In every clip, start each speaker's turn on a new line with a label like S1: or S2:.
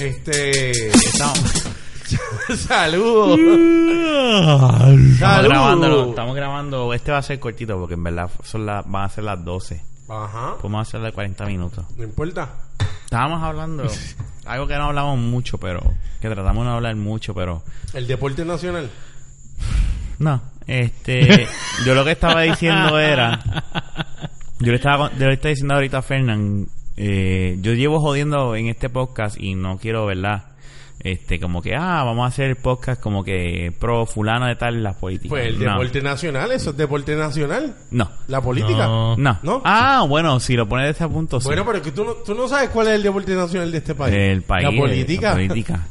S1: Este. Saludos.
S2: Estamos
S1: Salud.
S2: grabando, estamos grabando. Este va a ser cortito porque en verdad son las- van a ser las 12.
S1: Ajá.
S2: Podemos hacerle 40 minutos.
S1: No importa.
S2: Estábamos hablando algo que no hablamos mucho, pero que tratamos de no hablar mucho, pero
S1: El deporte nacional.
S2: no. Este, yo lo que estaba diciendo era, yo le estaba, yo le estaba diciendo ahorita a Fernán, eh, yo llevo jodiendo en este podcast y no quiero, ¿verdad? Este, como que, ah, vamos a hacer el podcast como que pro fulano de tal las políticas.
S1: Pues el
S2: no,
S1: deporte nacional, eso es deporte nacional.
S2: no,
S1: La política.
S3: No.
S2: no.
S1: ¿No?
S2: Ah, bueno, si lo pones de ese punto, sí.
S1: Bueno, pero es que tú no, tú no sabes cuál es el deporte nacional de este país.
S2: el país.
S1: La
S2: eh,
S1: política.
S2: La política.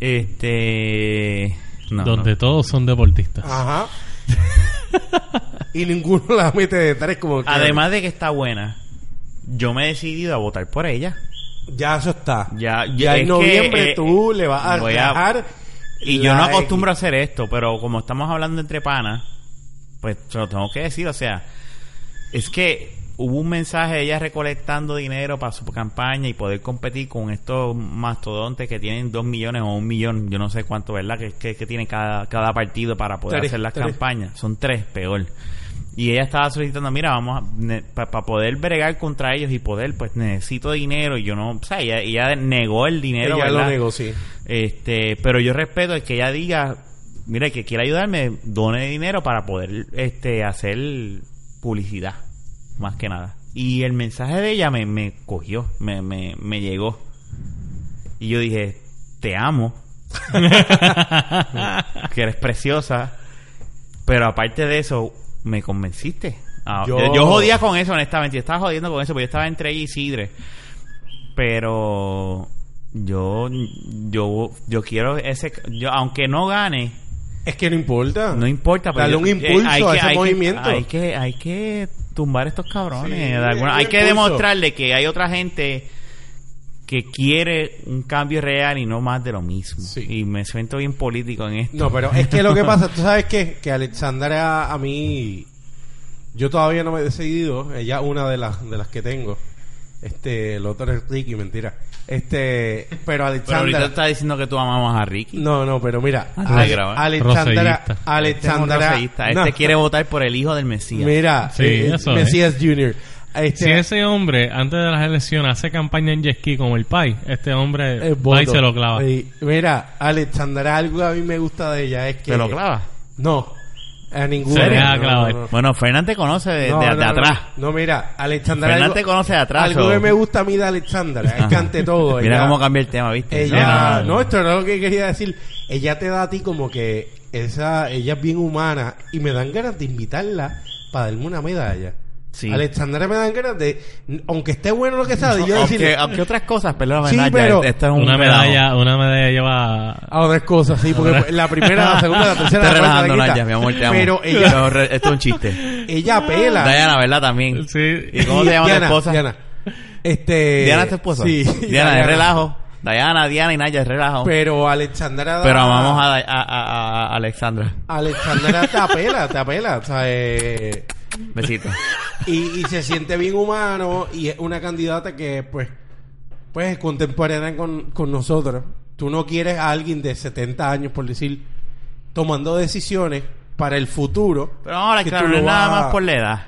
S2: Este. No,
S3: donde
S2: no.
S3: todos son deportistas.
S1: Ajá. y ninguno la mete de tres como que.
S2: Además de que está buena, yo me he decidido a votar por ella.
S1: Ya eso está.
S2: Ya,
S1: Ya
S2: es
S1: en
S2: que,
S1: noviembre
S2: eh,
S1: tú le vas a
S2: voy a-
S1: dejar.
S2: Y yo no acostumbro a hacer esto, pero como estamos hablando entre panas, pues se lo tengo que decir. O sea, es que hubo un mensaje de ella recolectando dinero para su campaña y poder competir con estos mastodontes que tienen dos millones o un millón, yo no sé cuánto, ¿verdad? Que, que, que tiene cada, cada partido para poder
S1: Tres,
S2: hacer las
S1: tres.
S2: campañas. Son tres, peor. Y ella estaba solicitando, mira, vamos para poder bregar contra ellos y poder, pues necesito dinero. Y yo no, o sea, ella, ella negó el dinero.
S1: Ella lo
S2: ¿verdad?
S1: negocié.
S2: Este, pero yo respeto el que ella diga, mira, el que quiera ayudarme, done dinero para poder este hacer publicidad, más que nada. Y el mensaje de ella me, me cogió, me, me, me llegó. Y yo dije, te amo. que eres preciosa. Pero aparte de eso, me convenciste. Ah,
S1: Yo-
S2: yo... yo jodía con eso, honestamente. Yo estaba jodiendo con eso, porque yo estaba entre ella y Sidre. Pero yo, yo, yo quiero ese, yo, aunque no gane,
S1: Es que no importa.
S2: no importa. pero
S1: Dale
S2: yo-
S1: un
S2: eh,
S1: impulso
S2: hay
S1: a
S2: que-
S1: ese
S2: hay que-
S1: movimiento.
S2: hay que, hay que tumbar estos cabrones.
S1: Sí,
S2: de alguna-
S1: un
S2: hay que
S1: impulso.
S2: demostrarle que hay otra gente que quiere un cambio real y no más de lo mismo.
S1: Sí.
S2: Y me siento bien político en esto.
S1: No, pero es que lo que pasa, tú sabes qué? que Alexandra a mí, yo todavía no me he decidido, ella es una de las, de las que tengo. Este, el otro es Ricky, mentira. Este, pero
S2: Pero ahorita
S1: Alexandra...
S2: estás diciendo que tú amamos a Ricky.
S1: No, no, pero mira,
S2: Antes
S3: Ah,
S2: de
S1: Ale-
S2: grabar.
S1: Alexandra,
S3: Rosellista.
S1: Alexandra,
S2: Este, es un roseísta. Este
S1: no,
S2: quiere votar por el hijo del Mesías.
S1: Mira,
S3: Sí,
S1: eh,
S3: eso es.
S1: Mesías Junior. Este,
S3: Si ese hombre, antes de las elecciones, hace campaña en jet ski como el PAI, este hombre
S1: eh,
S3: va y
S1: voto.
S3: se lo clava.
S1: Sí, mira, Alexandra, algo a mí me gusta de ella es que...
S2: ¿Te lo clava?
S1: No, a ninguna.
S3: Se le deja
S1: No,
S3: clavar.
S1: no, no.
S2: Bueno, Fernández conoce de, de- de atrás.
S1: No, mira, Alexandra.
S2: Fernández
S1: algo-
S2: te conoce de atrás,
S1: Algo
S2: o-
S1: que me gusta a mí de Alexandra es que
S2: Ajá.
S1: ante todo.
S2: Mira
S1: ella,
S2: cómo cambia el tema, ¿viste?
S1: Ella,
S3: No, no,
S1: no,
S3: no.
S1: esto no es lo que quería decir. Ella te da a ti como que esa, ella es bien humana y me dan ganas de invitarla para darme una medalla.
S2: Sí.
S1: Alexandra me dan ganas de, aunque esté bueno lo que sabe, yo
S2: aunque,
S1: decirle
S2: aunque otras cosas, perdóname,
S1: Sí,
S2: Naya,
S1: pero-
S2: esto este es un
S3: Una
S2: relajo.
S3: medalla, una medalla lleva...
S1: a otras cosas, "Ah, sí, porque la primera, la segunda, la
S2: Estoy
S1: tercera, la cuarta, la
S2: relajando,
S1: quinta.
S2: Naya, mi amor, te amo.
S1: Pero ella,
S2: Pero re- esto es un chiste.
S1: ella apela.
S2: Diana, ¿verdad? También.
S3: Sí.
S2: ¿Y cómo se llama
S1: Diana,
S2: tu esposa?
S1: Diana. Este,
S2: Diana es tu esposa.
S1: Sí.
S2: Diana, es relajo. Diana, Diana y Naya es relajo. Pero,
S1: Pero Alexandra.
S2: amamos a, a, a- a- a Alexandra.
S1: Alexandra te apela, te apela. O sea, eh,
S2: Besito.
S1: y, y se siente bien humano y es una candidata que, pues, pues es contemporánea con, con nosotros. Tú no quieres a alguien de 70 años, por decir, tomando decisiones para el futuro.
S2: Pero ahora,
S1: que
S2: claro,
S1: tú
S2: no
S1: lo
S2: es nada
S1: vas-
S2: más por la edad.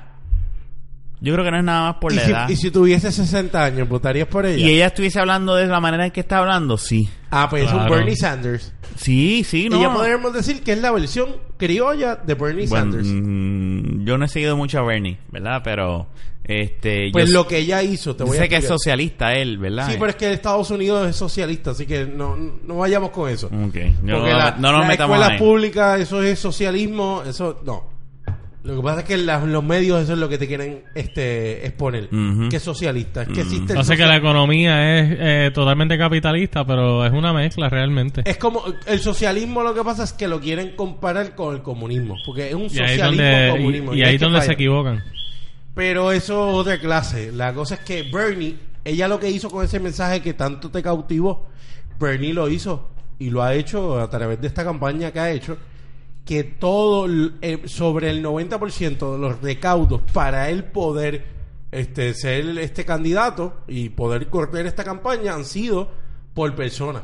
S2: Yo creo que no es nada más por
S1: ah. y
S2: la
S1: si,
S2: edad.
S1: y si tuviese 60 años, votarías por ella.
S2: Y ella estuviese hablando de la manera en que está hablando, sí.
S1: ah, pues es un
S3: Claro.
S1: Bernie Sanders.
S2: Sí, sí, no.
S1: Y ya podríamos decir que es la versión criolla de Bernie
S2: Bueno,
S1: Sanders.
S2: mm, yo no he seguido mucho a Bernie, ¿verdad? Pero este
S1: Pues
S2: yo
S1: lo que ella hizo, te
S2: yo
S1: voy a
S2: sé que es
S1: explicar.
S2: socialista eh. él, ¿verdad?
S1: Sí, pero es que Estados Unidos es socialista, así que no, no vayamos con eso.
S2: Ok. No,
S1: Porque
S2: Mm, no-
S1: la,
S2: no nos
S1: la
S2: metamos
S1: escuela
S2: ahí.
S1: pública, eso es socialismo, eso no. Lo que pasa es que las- los medios eso es lo que te quieren este exponer,
S2: Ujú. Mm.
S1: que es socialista, es que existe el
S3: O sea que
S1: social-
S3: la economía es eh, totalmente capitalista, pero es una mezcla realmente.
S1: es como el socialismo lo que pasa es que lo quieren comparar con el comunismo, porque es un
S3: Y ahí es
S1: socialismo
S3: donde,
S1: comunismo.
S3: y, y ahí
S1: es que
S3: donde se
S1: falla.
S3: equivocan.
S1: Pero eso es otra clase. La cosa es que Bernie, ella lo que hizo con ese mensaje que tanto te cautivó, Bernie lo hizo y lo ha hecho a través de esta campaña que ha hecho, que todo, el- eh, sobre el 90% de los recaudos para él poder este, ser este candidato y poder correr esta campaña han sido por personas,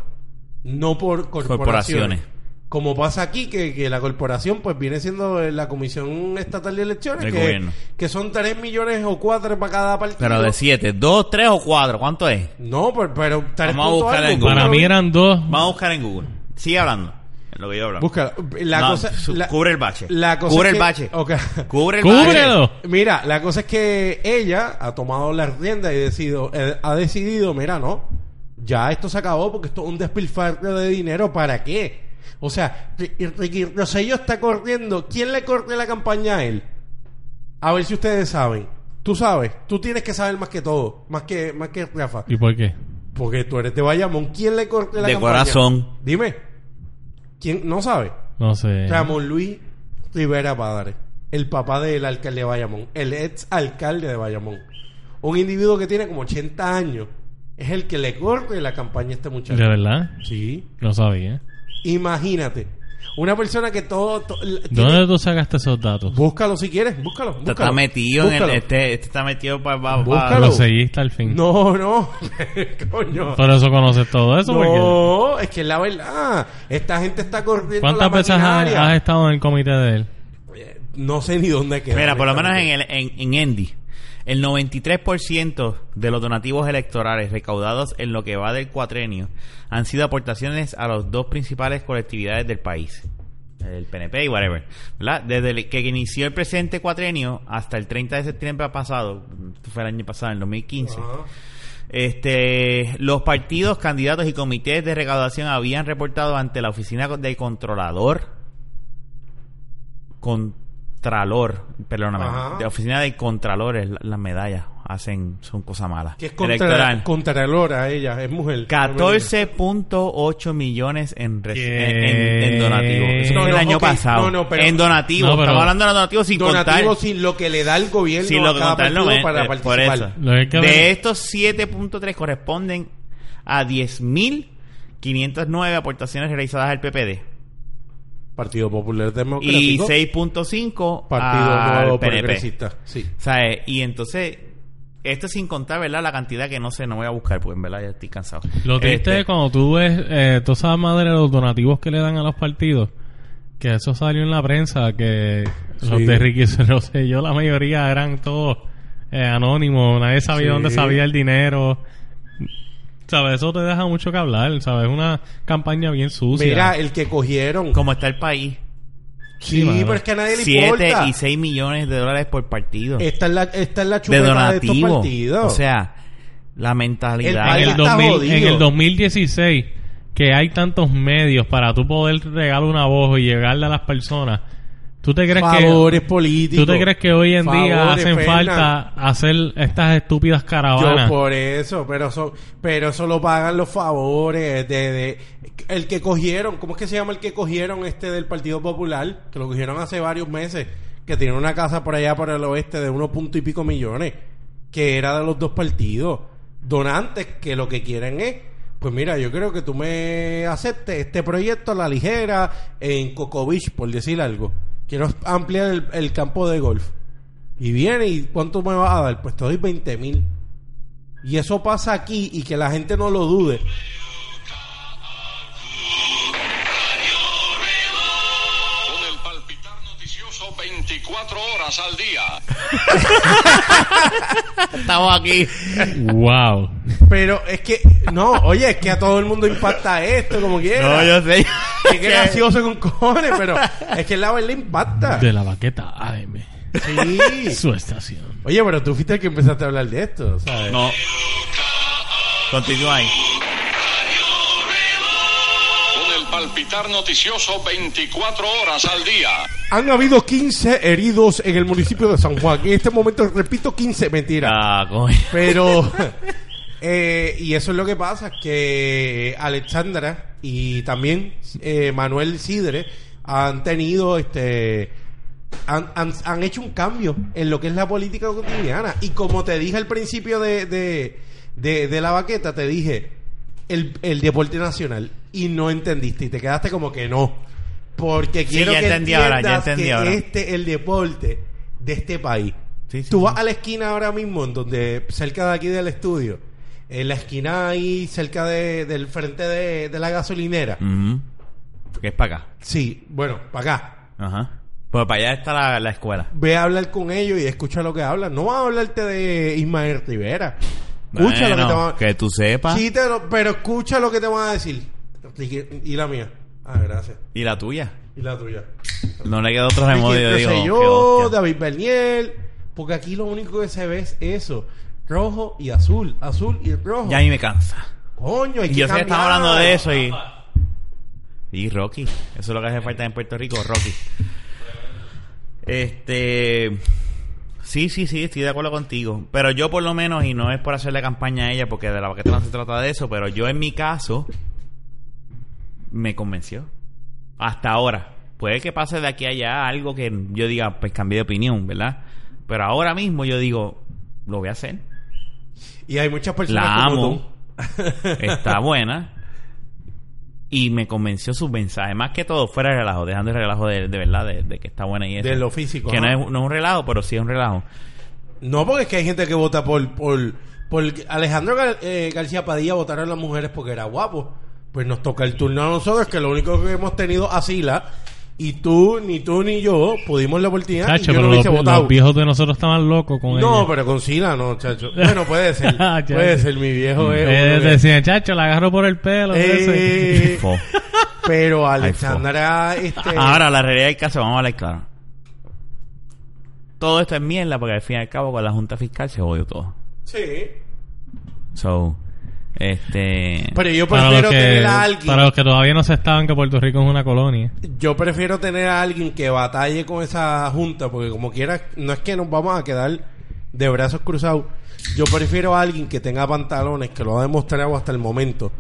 S1: no por corporaciones.
S2: Corporaciones.
S1: Como pasa aquí, que, que la corporación pues viene siendo la Comisión Estatal de Elecciones,
S2: Del
S1: que,
S2: gobierno.
S1: que son 3 millones o 4 para cada partido.
S2: Pero de 7, 2, 3 o 4, ¿cuánto es?
S1: No, pero, pero tres
S2: Vamos a
S1: punto
S2: buscar
S1: algo,
S2: en
S1: pero-
S3: Para mí eran dos.
S2: Vamos a buscar en Google. Sigue hablando. En lo que yo hablo.
S1: Búscalo. La
S2: No,
S1: cosa,
S2: su-
S1: la-
S2: cubre el bache.
S1: la cosa
S2: cubre
S1: es
S2: el
S1: que-
S2: bache.
S1: Ok.
S2: Cubre el bache.
S3: ¡Cúbrelo!
S1: Mira, la cosa es que ella ha tomado la rienda y decidido, eh, ha decidido, mira, no, ya esto se acabó porque esto es un despilfarro de dinero, ¿para qué? O sea, R- Ricky Rosselló está corriendo. ¿Quién le corre la campaña a él? A ver si ustedes saben. Tú sabes, tú tienes que saber más que todo, más que más que Rafa,
S3: ¿Y por qué?
S1: porque tú eres de Bayamón. ¿Quién le corre la
S2: De
S1: campaña?
S2: corazón.
S1: Dime. ¿Quién no sabe?
S3: No sé.
S1: Ramón Luis Rivera Padre, el papá del alcalde de Bayamón, el ex alcalde de Bayamón. Un individuo que tiene como 80 años. Es el que le corre la campaña a este muchacho.
S3: ¿De verdad?
S1: Sí.
S3: No sabía.
S1: Imagínate. Una persona que todo... to- la- tiene-
S3: ¿Dónde tú sacaste esos datos?
S1: Búscalo si quieres, búscalo.
S2: Este
S1: búscalo
S2: está metido en el.
S1: Búscalo.
S2: Este, este está metido para.
S1: Búscalo.
S3: Lo seguiste al fin.
S1: No, no. Coño.
S3: Por eso conoces todo eso. porque-
S1: No, es que es la verdad. Esta gente está corriendo
S3: ¿Cuántas
S1: la
S3: veces has,
S1: maquinaria.
S3: has estado en el comité de él?
S1: Eh, No sé ni dónde queda.
S2: Mira, por lo menos en,
S1: honestamente.
S2: el, en, en Endy, el 93% de los donativos electorales recaudados en lo que va del cuatrenio han sido aportaciones a los dos principales colectividades del país, el PNP y whatever. ¿verdad? Desde el que inició el presente cuatrenio hasta el 30 de septiembre pasado, esto fue el año pasado, en 2015,
S1: Ajá.
S2: este, los partidos, candidatos y comités de recaudación habían reportado ante la oficina del controlador, contralor,
S1: Ajá.
S2: perdóname, de oficina del contralor, es la- las medallas hacen, son cosas malas.
S1: Que es
S2: Electoral.
S1: contra, contralora ella, es mujer.
S2: 14.8 millones en, res-
S3: ¿Qué?
S2: en, en- en donativos. Eso
S1: No,
S2: fue el
S1: no,
S2: año
S1: ok.
S2: pasado.
S1: No, no, pero-
S2: en donativos.
S3: No, pero-
S2: Estamos hablando de los donativos sin
S1: Donativo
S2: contar.
S1: sin lo que le da el gobierno
S2: Sí, lo que
S1: a cada
S2: contar no
S1: partido
S2: me-
S1: para
S2: eh, por
S1: participar.
S2: eso.
S3: Lo que-
S2: De estos 7.3 corresponden a 10.509 aportaciones realizadas al PPD
S1: Partido Popular
S2: y
S1: Democrático.
S2: 6.5
S1: Partido
S2: al
S1: Nuevo
S2: PNP.
S1: Progresista. Sí.
S2: ¿Sabes? eh, Y entonces, esto sin contar, ¿verdad? La cantidad que no sé, no voy a buscar, porque en verdad ya estoy cansado.
S3: Lo triste
S2: Este,
S3: es cuando tú ves eh, toda esa madre de los donativos que le dan a los partidos, que eso salió en la prensa, que los
S1: Sí.
S3: de Ricky no sé yo, la mayoría eran todos eh, anónimos, nadie sabía
S1: Sí.
S3: dónde sabía el dinero. ¿Sabes? Eso te deja mucho que hablar, ¿sabes? Es una campaña bien sucia.
S1: Mira, el que cogieron.
S2: ¿Cómo está el país?
S1: Sí,
S3: mano.
S1: pero es que a nadie le
S2: 7
S1: importa.
S2: y 6 millones de dólares por partido.
S1: Esta es la, esta es la
S2: de
S1: chuleta de, estos
S2: donativo.
S1: partidos.
S2: o sea, la mentalidad.
S1: El
S3: en
S1: país
S3: el,
S1: está
S3: 2000,
S1: jodido.
S3: en el 2016 que hay tantos medios para tú poder regalar una voz y llegarle a las personas. ¿Tú te crees
S1: favores
S3: que tú
S1: políticos.
S3: te crees que hoy en día
S1: Favores,
S3: hacen
S1: Fernan.
S3: falta hacer estas estúpidas
S1: Yo
S3: caravanas?
S1: por eso, pero eso, pero eso lo pagan los favores de, de- el que cogieron, ¿cómo es que se llama el que cogieron este del Partido Popular? Que lo cogieron hace varios meses, que tiene una casa por allá por el oeste de uno punto y pico millones, que era de los dos partidos, donantes que lo que quieren es pues mira, yo creo que tú me aceptes este proyecto a la ligera en Cocovich, por decir algo. Quiero ampliar el, el campo de golf. Y viene, ¿y cuánto me vas a dar? Pues te doy 20 mil. Y eso pasa aquí y que la gente no lo dude.
S4: Con el palpitar noticioso 24 horas al día.
S2: Estamos aquí.
S3: Wow.
S1: Pero es que, no, oye, es que a todo el mundo impacta esto, como quiera.
S2: No, yo sé.
S1: Qué gracioso con cojones, pero es que la verdad impacta.
S3: De la baqueta AM.
S1: Sí.
S3: Su estación.
S1: Oye, pero tú fuiste el que empezaste a hablar de esto, ¿sabes?
S2: No. Continúa ahí.
S4: Con el palpitar noticioso 24 horas al día.
S1: Han habido 15 heridos en el municipio de San Juan. En este momento, repito, 15, mentira.
S2: Ah, coño.
S1: Pero. eh, y eso es lo que pasa: que Alexandra y también eh, Manuel Sidre han tenido este. Han, han- han hecho un cambio en lo que es la política cotidiana. Y como te dije al principio de, de, de- de la baqueta, te dije el, el deporte nacional y no entendiste y te quedaste como que no. Porque quiero
S2: ya
S1: que
S2: entendí ahora, ya
S1: entiendas
S2: entendí
S1: que
S2: ahora.
S1: este, el deporte de este país
S2: Sí, sí,
S1: Tú vas
S2: sí.
S1: a la esquina ahora mismo, en donde cerca de aquí del estudio, en la esquina ahí cerca de- del frente de, de la gasolinera.
S2: Ujú. Que es para acá.
S1: Sí, bueno, para acá.
S2: Ajá. Pues para allá está la, la escuela.
S1: Ve a hablar con ellos y escucha lo que hablan. No vas a hablarte de Ismael Rivera. Escucha lo que te
S2: Bueno,
S1: van a...
S2: que tú sepas.
S1: Sí, te lo- pero escucha lo que te van a decir. Y y la mía. Ah, gracias.
S2: Y la tuya.
S1: Y la tuya.
S2: No le queda otro remedio, yo
S1: Ricky
S2: digo. qué
S1: Rosselló,
S2: hostia.
S1: David Bernier, porque aquí lo único que se ve es eso, rojo y azul, azul y rojo.
S2: Ya a mí me cansa.
S1: Coño, hay
S2: Y
S1: que
S2: yo sé que estás
S1: cambiar.
S2: hablando de eso y... Y Rocky. Eso es lo que hace falta en Puerto Rico, Rocky. Este... Sí, sí, sí, estoy de acuerdo contigo. Pero yo por lo menos, y no es por hacerle campaña a ella, porque de la baqueta no se trata de eso, pero yo en mi caso me convenció. Hasta ahora. Puede que pase de aquí a allá algo que yo diga, pues cambié de opinión, ¿verdad? Pero ahora mismo yo digo, lo voy a hacer.
S1: Y hay muchas personas
S2: La
S1: como
S2: amo. Está buena. Y me convenció su mensaje. Más que todo, fuera de relajo. Dejando el relajo de, de verdad, de, de que está buena y
S1: tú,
S2: eso.
S1: de lo físico.
S2: que no
S1: ajá.
S2: es, no es un relajo, pero sí es un relajo.
S1: No, porque es que hay gente que vota por por, por Alejandro Gar- eh, García Padilla votaron las mujeres porque era guapo. Pues nos toca el turno a nosotros, que lo único que hemos tenido asila y tú, ni tú ni yo pudimos la oportunidad
S3: Chacho,
S1: y yo
S3: pero
S1: no
S3: los,
S1: hubiese votado.
S3: los viejos de nosotros estaban locos con
S1: No,
S3: ella.
S1: pero con Sila no, chacho. Bueno, puede ser. puede ser, mi
S2: Mm,
S1: viejo es.
S3: Eh,
S1: uno que-
S3: decían, chacho, la agarro por el pelo. ese".
S1: Eh,
S2: Fo.
S1: pero Alexandra, este.
S2: Ahora, la realidad del caso, vamos a hablar claro. Todo esto es mierda porque al fin y al cabo con la Junta Fiscal se jodió todo.
S1: Sí.
S2: So, este...
S1: Pero yo
S3: Para
S1: prefiero
S3: los que-
S1: tener a alguien.
S3: para los que todavía no se estaban que Puerto Rico es una colonia.
S1: Yo prefiero tener a alguien que batalle con esa junta, porque como quiera, no es que nos vamos a quedar de brazos cruzados. Yo prefiero a alguien que tenga pantalones, que lo ha demostrado hasta el momento.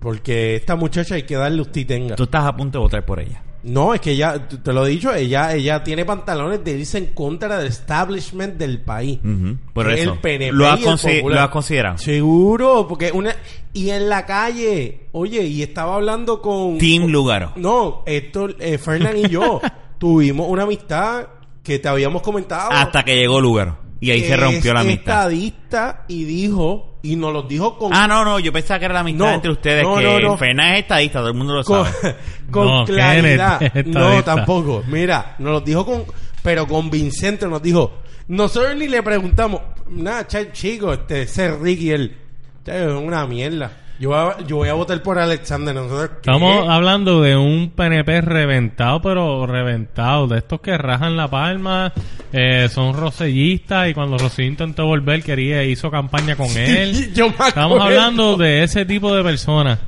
S1: Porque esta muchacha hay que darle usted tenga.
S2: Tú estás a punto de votar por ella.
S1: No, es que ella, t- te lo he dicho, ella, ella tiene pantalones de irse en contra del establishment del país.
S2: Ujú. Por
S1: El
S2: eso.
S1: PNP
S2: lo, has
S1: y el
S2: consi-
S1: Popular.
S2: lo has considerado.
S1: Seguro, porque una... Y en la calle, oye, y estaba hablando con...
S2: Team Lugaro.
S1: No, esto, eh, Fernán y yo tuvimos una amistad que te habíamos comentado.
S2: Hasta que llegó Lugaro. Y ahí
S1: que
S2: se rompió la
S1: es
S2: amistad.
S1: estadista y dijo, y nos lo dijo con...
S2: Ah, no, no, yo pensaba que era la amistad
S1: No,
S2: entre ustedes.
S1: no,
S2: que
S1: no, no.
S2: Fernández es estadista, todo el mundo lo
S1: con,
S2: sabe.
S1: con
S3: No,
S1: claridad.
S3: Kenneth es
S1: No,
S3: estadista.
S1: tampoco. Mira, nos lo dijo con, pero con Vicente nos dijo, nosotros ni le preguntamos, nada, cha- chico, este, ese Ricky, él, cha, es una mierda. Yo, voy a- yo voy a votar por Alexander, nosotros. ¿qué?
S3: Estamos hablando de un PNP reventado, pero reventado. De estos que rajan la palma, eh, son rosellistas y cuando Rosselló intentó volver, quería, hizo campaña con él.
S1: Yo me
S3: Estamos
S1: acuerdo.
S3: hablando de ese tipo de personas.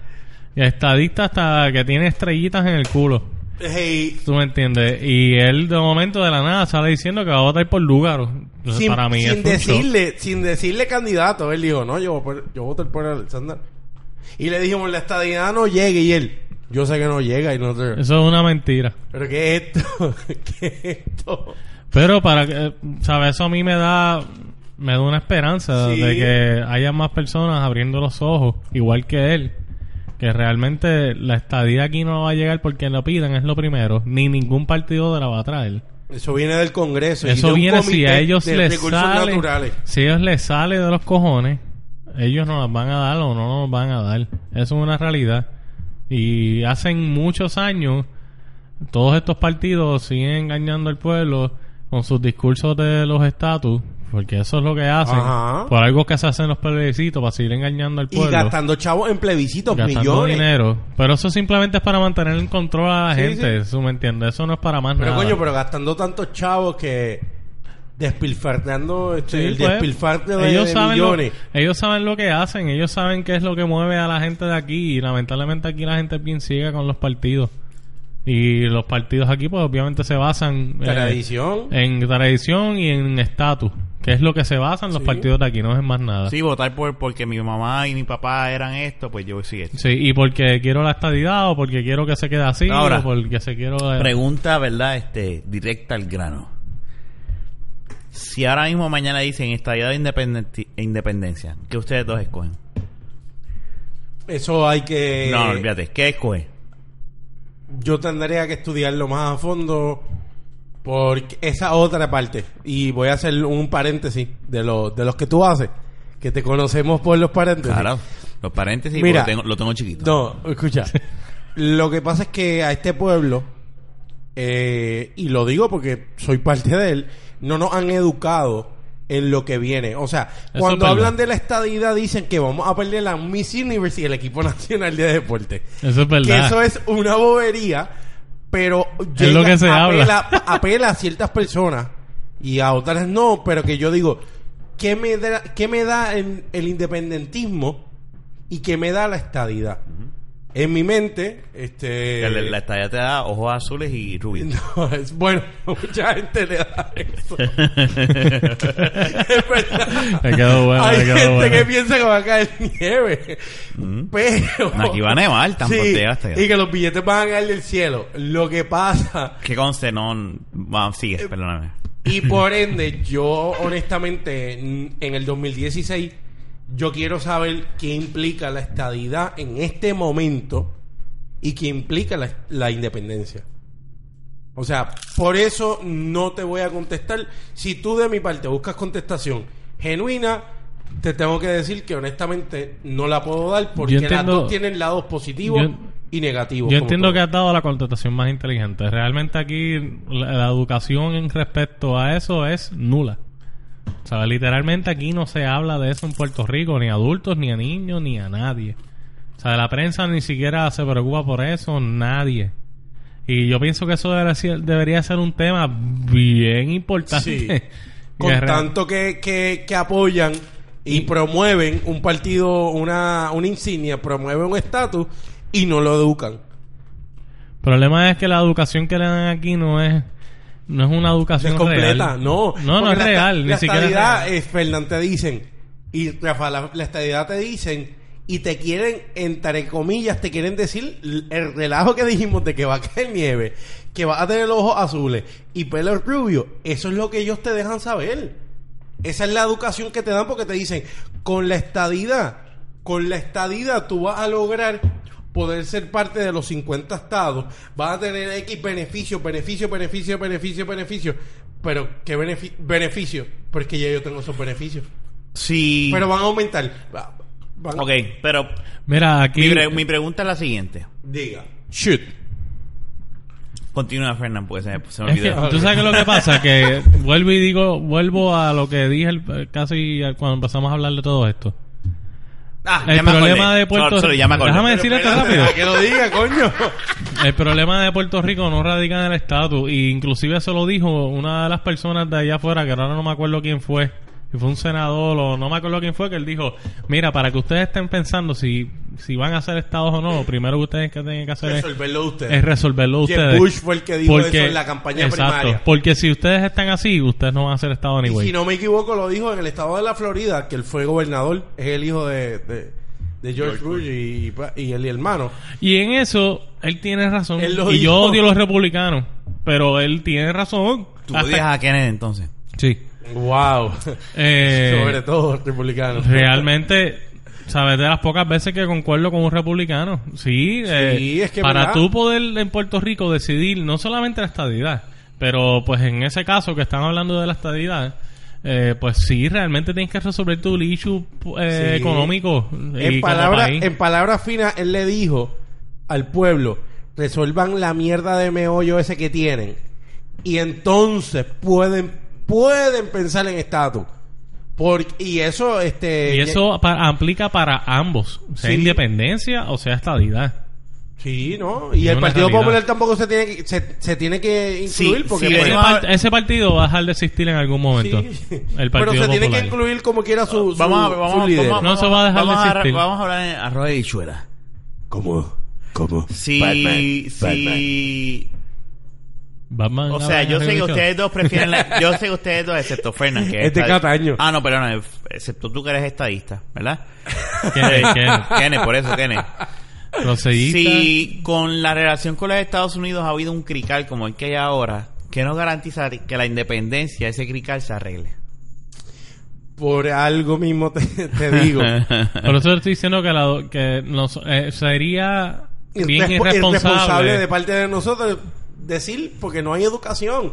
S3: Estadista hasta que tiene estrellitas en el culo.
S1: Hey,
S3: Tú me entiendes. Y él de momento de la nada sale diciendo que va a votar por Lugaro. Entonces,
S1: sin,
S3: para mí
S1: sin
S3: es un shock.
S1: decirle, sin decirle candidato, él dijo, no, yo, voy por- yo voto por Alexander. Y le dijimos, la estadidad no llegue, y él, yo sé que no llega, y nosotros,
S3: Eso es una mentira.
S1: pero ¿qué es esto? ¿Qué es esto?
S3: Pero para que, eh, ¿sabes? Eso a mí me da, me da una esperanza
S1: Sí.
S3: de que haya más personas abriendo los ojos, igual que él. Que realmente la estadía aquí no va a llegar porque lo pidan, es lo primero. Ni ningún partido de la va a traer.
S1: Eso viene del Congreso. y de
S3: Eso
S1: un
S3: viene si
S1: comité
S3: a ellos
S1: de
S3: les
S1: recursos
S3: sale,
S1: naturales.
S3: si a ellos les sale de los cojones, ellos nos las van a dar o no nos van a dar. Eso es una realidad. Y hacen muchos años todos estos partidos siguen engañando al pueblo con sus discursos de los estatus, porque eso es lo que hacen.
S1: Ajá.
S3: Por algo que se hacen los plebiscitos para seguir engañando al
S1: Y
S3: pueblo.
S1: gastando chavos en plebiscitos,
S3: gastando
S1: millones.
S3: dinero. Pero eso simplemente es para mantener en control a la
S1: Sí,
S3: gente,
S1: sí.
S3: eso me entiende. Eso no es para más
S1: Pero
S3: nada.
S1: coño, pero gastando tantos chavos que despilfarrando este,
S3: Sí,
S1: el
S3: pues,
S1: despilfarro de, de
S3: saben lo-
S1: millones.
S3: ellos saben lo que hacen, ellos saben qué es lo que mueve a la gente de aquí y lamentablemente aquí la gente es bien ciega con los partidos. Y los partidos aquí pues obviamente se basan eh,
S1: Tradición.
S3: en tradición y en estatus, que es lo que se basan los
S1: Sí.
S3: partidos de aquí, no es en más nada.
S2: Sí, votar por porque mi mamá y mi papá eran esto, pues yo sí esto.
S3: Sí, y porque quiero la estadidad o porque quiero que se quede así
S2: Ahora,
S3: o porque se quiero... eh,
S2: Pregunta, ¿verdad? Este, directa al grano. Si ahora mismo mañana dicen estadía de independenti- independencia, ¿qué ustedes dos escogen?
S1: Eso hay que...
S2: no, no, olvídate, ¿qué escogen?
S1: Yo tendría que estudiarlo más a fondo. Por esa otra parte. Y voy a hacer un paréntesis de, lo- de los que tú haces. Que te conocemos por los paréntesis.
S2: Claro. Los paréntesis
S1: Mira.
S2: porque lo, tengo, lo tengo chiquito.
S1: No, escucha. lo que pasa es que a este pueblo, eh, y lo digo porque soy parte de él, no nos han educado en lo que viene. O sea,
S3: Eso
S1: cuando
S3: es
S1: hablan
S3: verdad.
S1: de la estadidad dicen que vamos a perder la Miss Universe y el equipo nacional de deporte.
S3: Eso es
S1: Que
S3: verdad.
S1: eso es una bobería, pero
S3: Es lo que se
S1: apela,
S3: habla.
S1: apela a ciertas personas y a otras no, pero que yo digo, ¿qué me da, qué me da el, el independentismo y qué me da la estadidad? En mi mente, este...
S2: La, la- la estadía te da ojos azules y rubios.
S1: No, es bueno, mucha gente le da eso. es verdad.
S3: Me quedó bueno,
S1: Hay
S3: me quedó
S1: gente
S3: bueno.
S1: que piensa que va a caer nieve. Pero.
S2: No, aquí va a nevar, tampoco
S1: Sí,
S2: te hasta allá.
S1: Y que los billetes van a caer del cielo. Lo que pasa.
S2: Que conste, no... Bueno,
S1: Eh,
S2: sigue, perdóname.
S1: Y por ende, yo honestamente, en en el 2016, yo quiero saber qué implica la estadidad en este momento y qué implica la, la independencia. O sea, por eso no te voy a contestar. Si tú de mi parte buscas contestación genuina, te tengo que decir que honestamente no la puedo dar porque las
S3: entiendo-
S1: dos tienen lados positivos
S3: yo-
S1: y negativos.
S3: Yo
S1: como
S3: entiendo
S1: todo.
S3: que has dado la contratación más inteligente. Realmente aquí la, la educación en respecto a eso es nula. O sea, literalmente aquí no se habla de eso en Puerto Rico, ni a adultos, ni a niños, ni a nadie. O sea, la prensa ni siquiera se preocupa por eso, nadie. Y yo pienso que eso debería ser, debería ser un tema bien importante.
S1: con
S3: Que re-
S1: tanto que, que, que apoyan y, promueven un partido, una, una insignia, promueven un estatus y no lo educan.
S3: El problema es que la educación que le dan aquí no es no es una educación
S1: Es completa,
S3: real.
S1: no.
S3: no, no
S1: Porque
S3: es
S1: la esta-
S3: real,
S1: la
S3: ni siquiera. es
S1: estadidad,
S3: real.
S1: eh, Fernan, te dicen, y Rafa, la, la estadidad te dicen, y te quieren, entre comillas, te quieren decir l- el relajo que dijimos de que va a caer nieve, que va a tener ojos azules y pelo rubio. Eso es lo que ellos te dejan saber. Esa es la educación que te dan porque te dicen, con la estadidad, con la estadidad tú vas a lograr poder ser parte de los 50 estados, vas a tener X beneficio, beneficio, beneficio, beneficio, beneficio. Pero, ¿qué benefi- beneficio? Porque ya yo tengo esos beneficios.
S2: Sí.
S1: Pero van a aumentar. Va- van-
S2: ok, pero
S3: Mira, aquí
S2: mi, pre- mi pregunta es la siguiente.
S1: Diga.
S2: Shoot. Continúa, Fernán, porque se me, se me
S3: Es que,
S2: olvidó.
S3: ¿Tú sabes qué es lo que pasa? Que vuelvo y digo, vuelvo a lo que dije el- casi cuando empezamos a hablar de todo esto.
S2: Ah,
S3: El
S2: ya me acordé.
S3: problema de Puerto
S2: Sorry, sorry, ya me acordé.
S3: Déjame
S1: Pero
S3: decir esto
S1: espérate,
S3: rápido.
S1: a Que lo diga, coño.
S3: El problema de Puerto Rico no radica en el estatus. Y inclusive se lo dijo una de las personas de allá afuera, que ahora no me acuerdo quién fue. Si fue un senador o no me acuerdo quién fue, que él dijo, mira, para que ustedes estén pensando si, si van a hacer estados o no, lo primero que ustedes que tienen que hacer es
S1: Resolverlo ustedes.
S3: es resolverlo
S1: Jeb
S3: ustedes.
S1: Bush fue el que dijo eso en la campaña primaria.
S3: Porque si ustedes están así, ustedes no van a ser Estado
S1: Y
S3: anyway.
S1: si no me equivoco, lo dijo en el estado de la Florida, que él fue gobernador, es el hijo de, de, de George Bush y, y pa- y el hermano.
S3: Y en eso, él tiene razón.
S1: Él lo
S3: y yo
S1: dijo.
S3: odio a los republicanos, pero él tiene razón.
S2: Tú
S3: Hasta-
S2: odias a Kennedy entonces.
S3: Sí.
S1: ¡Wow!
S3: Eh,
S1: Sobre todo republicanos.
S3: realmente, sabes, de las pocas veces que concuerdo con un republicano. Sí, eh,
S1: es que
S3: para
S1: verdad.
S3: tú poder en Puerto Rico decidir no solamente la estadidad, pero pues en ese caso que están hablando de la estadidad, eh, pues sí, realmente tienes que resolver tu issue eh,
S1: Sí.
S3: económico. y
S1: En
S3: como
S1: palabras
S3: país.
S1: en palabras finas, él le dijo al pueblo, resuelvan la mierda de meollo ese que tienen. Y entonces pueden, pueden pensar en estatus. Porque- Y eso, este...
S3: Y eso pa- aplica para ambos, sea
S1: Sí.
S3: independencia o sea estadidad.
S1: Sí, ¿no? Y
S3: Es
S1: el
S3: una
S1: Partido
S3: realidad.
S1: Popular tampoco se tiene que, se, se tiene que
S2: Sí,
S1: incluir porque...
S2: sí,
S1: pues,
S3: Ese,
S2: Vamos a
S3: par- ese partido va a dejar de existir en algún momento.
S1: sí.
S3: El
S1: Pero
S3: Partido
S1: se tiene que
S3: Popular.
S1: incluir como quiera su, su-
S2: Vamos a,
S1: su
S2: vamos,
S1: líder.
S2: vamos,
S3: No se va a dejar de
S2: vamos a,
S3: existir.
S2: vamos a hablar en arroz de bichuela.
S1: ¿Cómo? ¿Cómo?
S2: Sí, sí.
S3: Batman
S2: O
S3: habla
S2: sea,
S3: en
S2: yo sé que
S3: revisión.
S2: ustedes dos prefieren la... Yo sé que ustedes dos, excepto Fernan, que
S1: Este
S2: estadi-
S1: Cataño.
S2: Ah, no, perdón, excepto tú que eres estadista, ¿verdad?
S3: Kennedy,
S2: Eh,
S3: Kennedy.
S2: Kennedy, por eso, Kennedy.
S3: Prosellista.
S2: Si con la relación con los Estados Unidos ha habido un crical como el que hay ahora, ¿qué nos garantiza que la independencia, ese crical, se arregle?
S1: Por algo mismo te, te digo.
S3: Por eso estoy diciendo que, la, que nos, eh, sería bien
S1: Irrespo-
S3: irresponsable.
S1: de parte de nosotros decir porque no hay educación.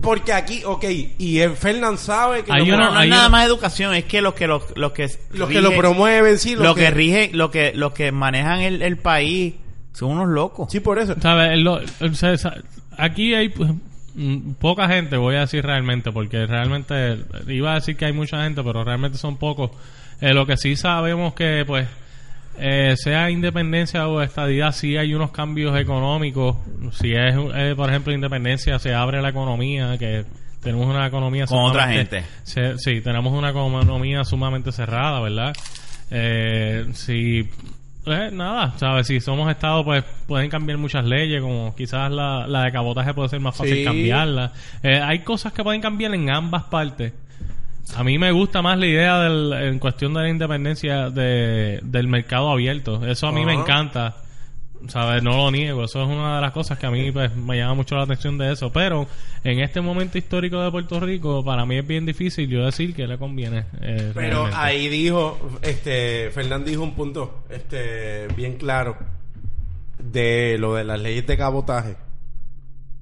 S1: Porque aquí, ok, y el Fernán sabe que
S3: Hay
S1: no-
S3: una-
S2: No, no
S3: hay
S2: es nada
S3: una-
S2: más educación, es que los que los, los que
S1: los que
S2: rigen-
S1: lo promueven, sí, los
S2: los que, rigen, los que los que manejan el, el país son unos locos.
S1: Sí, por eso.
S3: ¿Sabes? Lo- o sea, sa- aquí hay pues, mm, poca gente, voy a decir realmente, porque realmente iba a decir que hay mucha gente, pero realmente son pocos. Eh, lo que sí sabemos que, pues, eh, sea independencia o estadidad, sí hay unos cambios económicos. Si es, eh, por ejemplo, independencia, se abre la economía, que tenemos una economía
S2: Con otra
S3: sumamente-
S2: gente.
S3: se- sí, tenemos una economía sumamente cerrada, ¿verdad? Eh, si, eh, nada, ¿sabes? Si somos Estado, pues pueden cambiar muchas leyes, como quizás la, la de cabotaje puede ser más fácil
S1: Sí.
S3: cambiarla. Eh, hay cosas que pueden cambiar en ambas partes. A mí me gusta más la idea del, en cuestión de la independencia de- del mercado abierto. Eso a mí me
S1: Ajá.
S3: encanta. ¿Sabes? No lo niego. Eso es una de las cosas que a mí pues, me llama mucho la atención de eso. Pero en este momento histórico de Puerto Rico, para mí es bien difícil yo decir que le conviene. eh,
S1: Pero
S3: realmente.
S1: ahí dijo, este, Fernán dijo un punto, este, bien claro de lo de las leyes de cabotaje.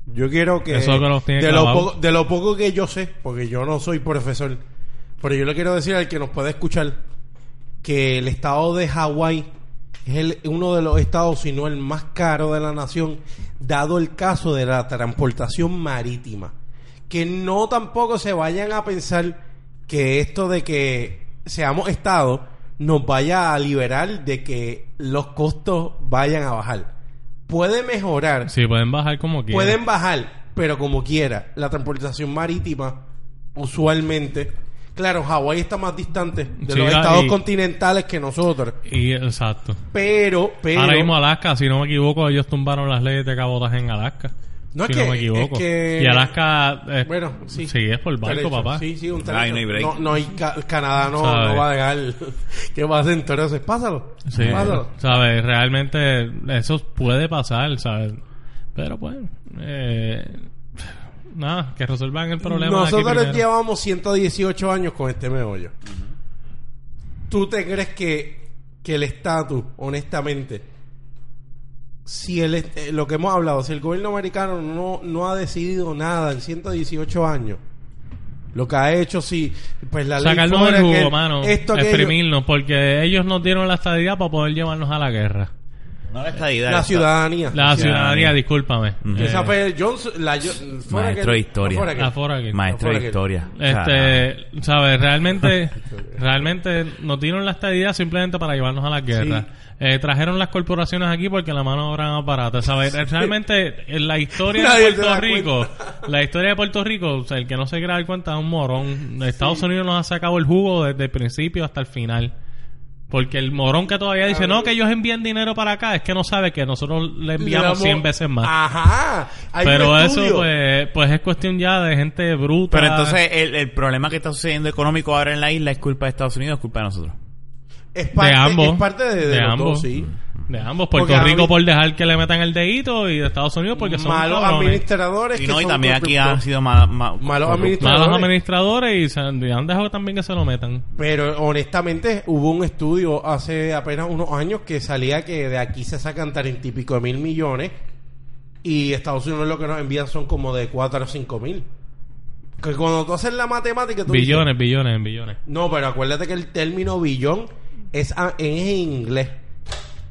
S1: Yo quiero que,
S3: Eso que nos tiene
S1: de, lo
S3: clavado.
S1: poco, de lo poco que yo sé, porque yo no soy profesor, pero yo le quiero decir al que nos pueda escuchar que el estado de Hawái es el- uno de los estados, si no el más caro de la nación, dado el caso de la transportación marítima. Que no tampoco se vayan a pensar que esto de que seamos estado nos vaya a liberar de que los costos vayan a bajar. Puede mejorar,
S3: Sí, pueden bajar como quieran.
S1: pueden bajar, pero como quiera, la transportación marítima usualmente... Claro, Hawái está más distante de
S3: Sí,
S1: los
S3: ah,
S1: estados
S3: y-
S1: continentales que nosotros.
S3: Y, exacto.
S1: Pero, pero.
S3: Ahora mismo Alaska, si no me equivoco, ellos tumbaron las leyes de cabotaje en Alaska.
S1: No,
S3: si
S1: es
S3: no
S1: que-
S3: me equivoco.
S1: es que-
S3: Y Alaska... eh,
S1: Bueno, sí.
S3: es por barco,
S1: Derecho.
S3: papá.
S1: Sí, sí, un
S2: Ay, Ah, no hay break.
S1: No, no hay ca- Canadá no,
S3: Sabe.
S1: no va a dejar que pasen entonces. Pásalo.
S3: Sí,
S1: Pásalo.
S3: ¿sabes? Realmente eso puede pasar, ¿sabes? Pero bueno, eh, nada, que resuelvan el problema. aquí
S1: Nosotros
S3: primero.
S1: llevamos 118 años con este meollo. ¿Tú te crees que, que el estatus, honestamente, si el, est- eh, lo que hemos hablado, si el gobierno americano no, no ha decidido nada en 118 años, lo que ha hecho, si pues la ley
S3: Sacarnos
S1: fuera
S3: el jugo,
S1: que
S3: mano.
S1: esto, aquello,
S3: exprimirnos, porque ellos nos dieron la estadía para poder llevarnos a la guerra.
S2: No la estadidad.
S1: la
S2: esa-
S1: ciudadanía.
S3: La
S2: La
S3: ciudadanía,
S2: ciudadanía.
S3: discúlpame.
S2: Ujú.
S3: Eh,
S1: Esa fue Johnson, la yo- fuera
S2: Maestro
S1: que-
S2: de historia.
S1: fuera que-
S3: la Fora Kill.
S2: Maestro
S1: Fuera
S2: de
S1: que-
S2: historia. Carajo.
S3: Este, ¿sabes? Realmente, realmente nos dieron la estadía simplemente para llevarnos a la guerra.
S1: Sí.
S3: Eh, trajeron las corporaciones aquí porque la mano de obra es más barata, ¿sabes? Realmente, en la historia
S1: Nadie
S3: de
S1: se da
S3: Puerto Rico, la historia de Puerto Rico, o sea, el que no se quiera dar cuenta es un morón. Estados Unidos nos ha sacado el jugo desde el principio hasta el final. Porque el morón que todavía dice, no, que ellos envían dinero para acá, es que no sabe que nosotros le
S1: Le
S3: enviamos
S1: damos-
S3: 100 veces más.
S1: Ajá. Hay un
S3: Pero eso,
S1: estudio.
S3: pues, pues es cuestión ya de gente bruta.
S2: Pero entonces el, el problema que está sucediendo económico ahora en la isla es culpa de Estados Unidos, es culpa de nosotros.
S1: es parte,
S3: de ambos.
S1: Es parte de, de los dos,
S3: ambos.
S1: sí.
S3: De ambos. Puerto
S1: Porque
S3: Rico
S1: habl-
S3: por dejar que le metan el dedito y de Estados Unidos porque son
S1: malos
S3: cabrones.
S1: administradores.
S2: Y
S1: que
S2: no, y
S1: son
S2: también aquí
S1: corruptos.
S2: han sido ma- ma-
S1: Malos
S2: corruptos.
S1: administradores.
S3: Malos administradores y se han, y han dejado también que se lo metan.
S1: Pero honestamente hubo un estudio hace apenas unos años que salía que de aquí se sacan treinta y pico de mil millones y Estados Unidos lo que nos envían son como de cuatro o cinco mil. Que cuando tú haces la matemática... Tú dices,
S3: Billones, billones, en billones.
S1: no, pero acuérdate que el término billón es, a- es en inglés.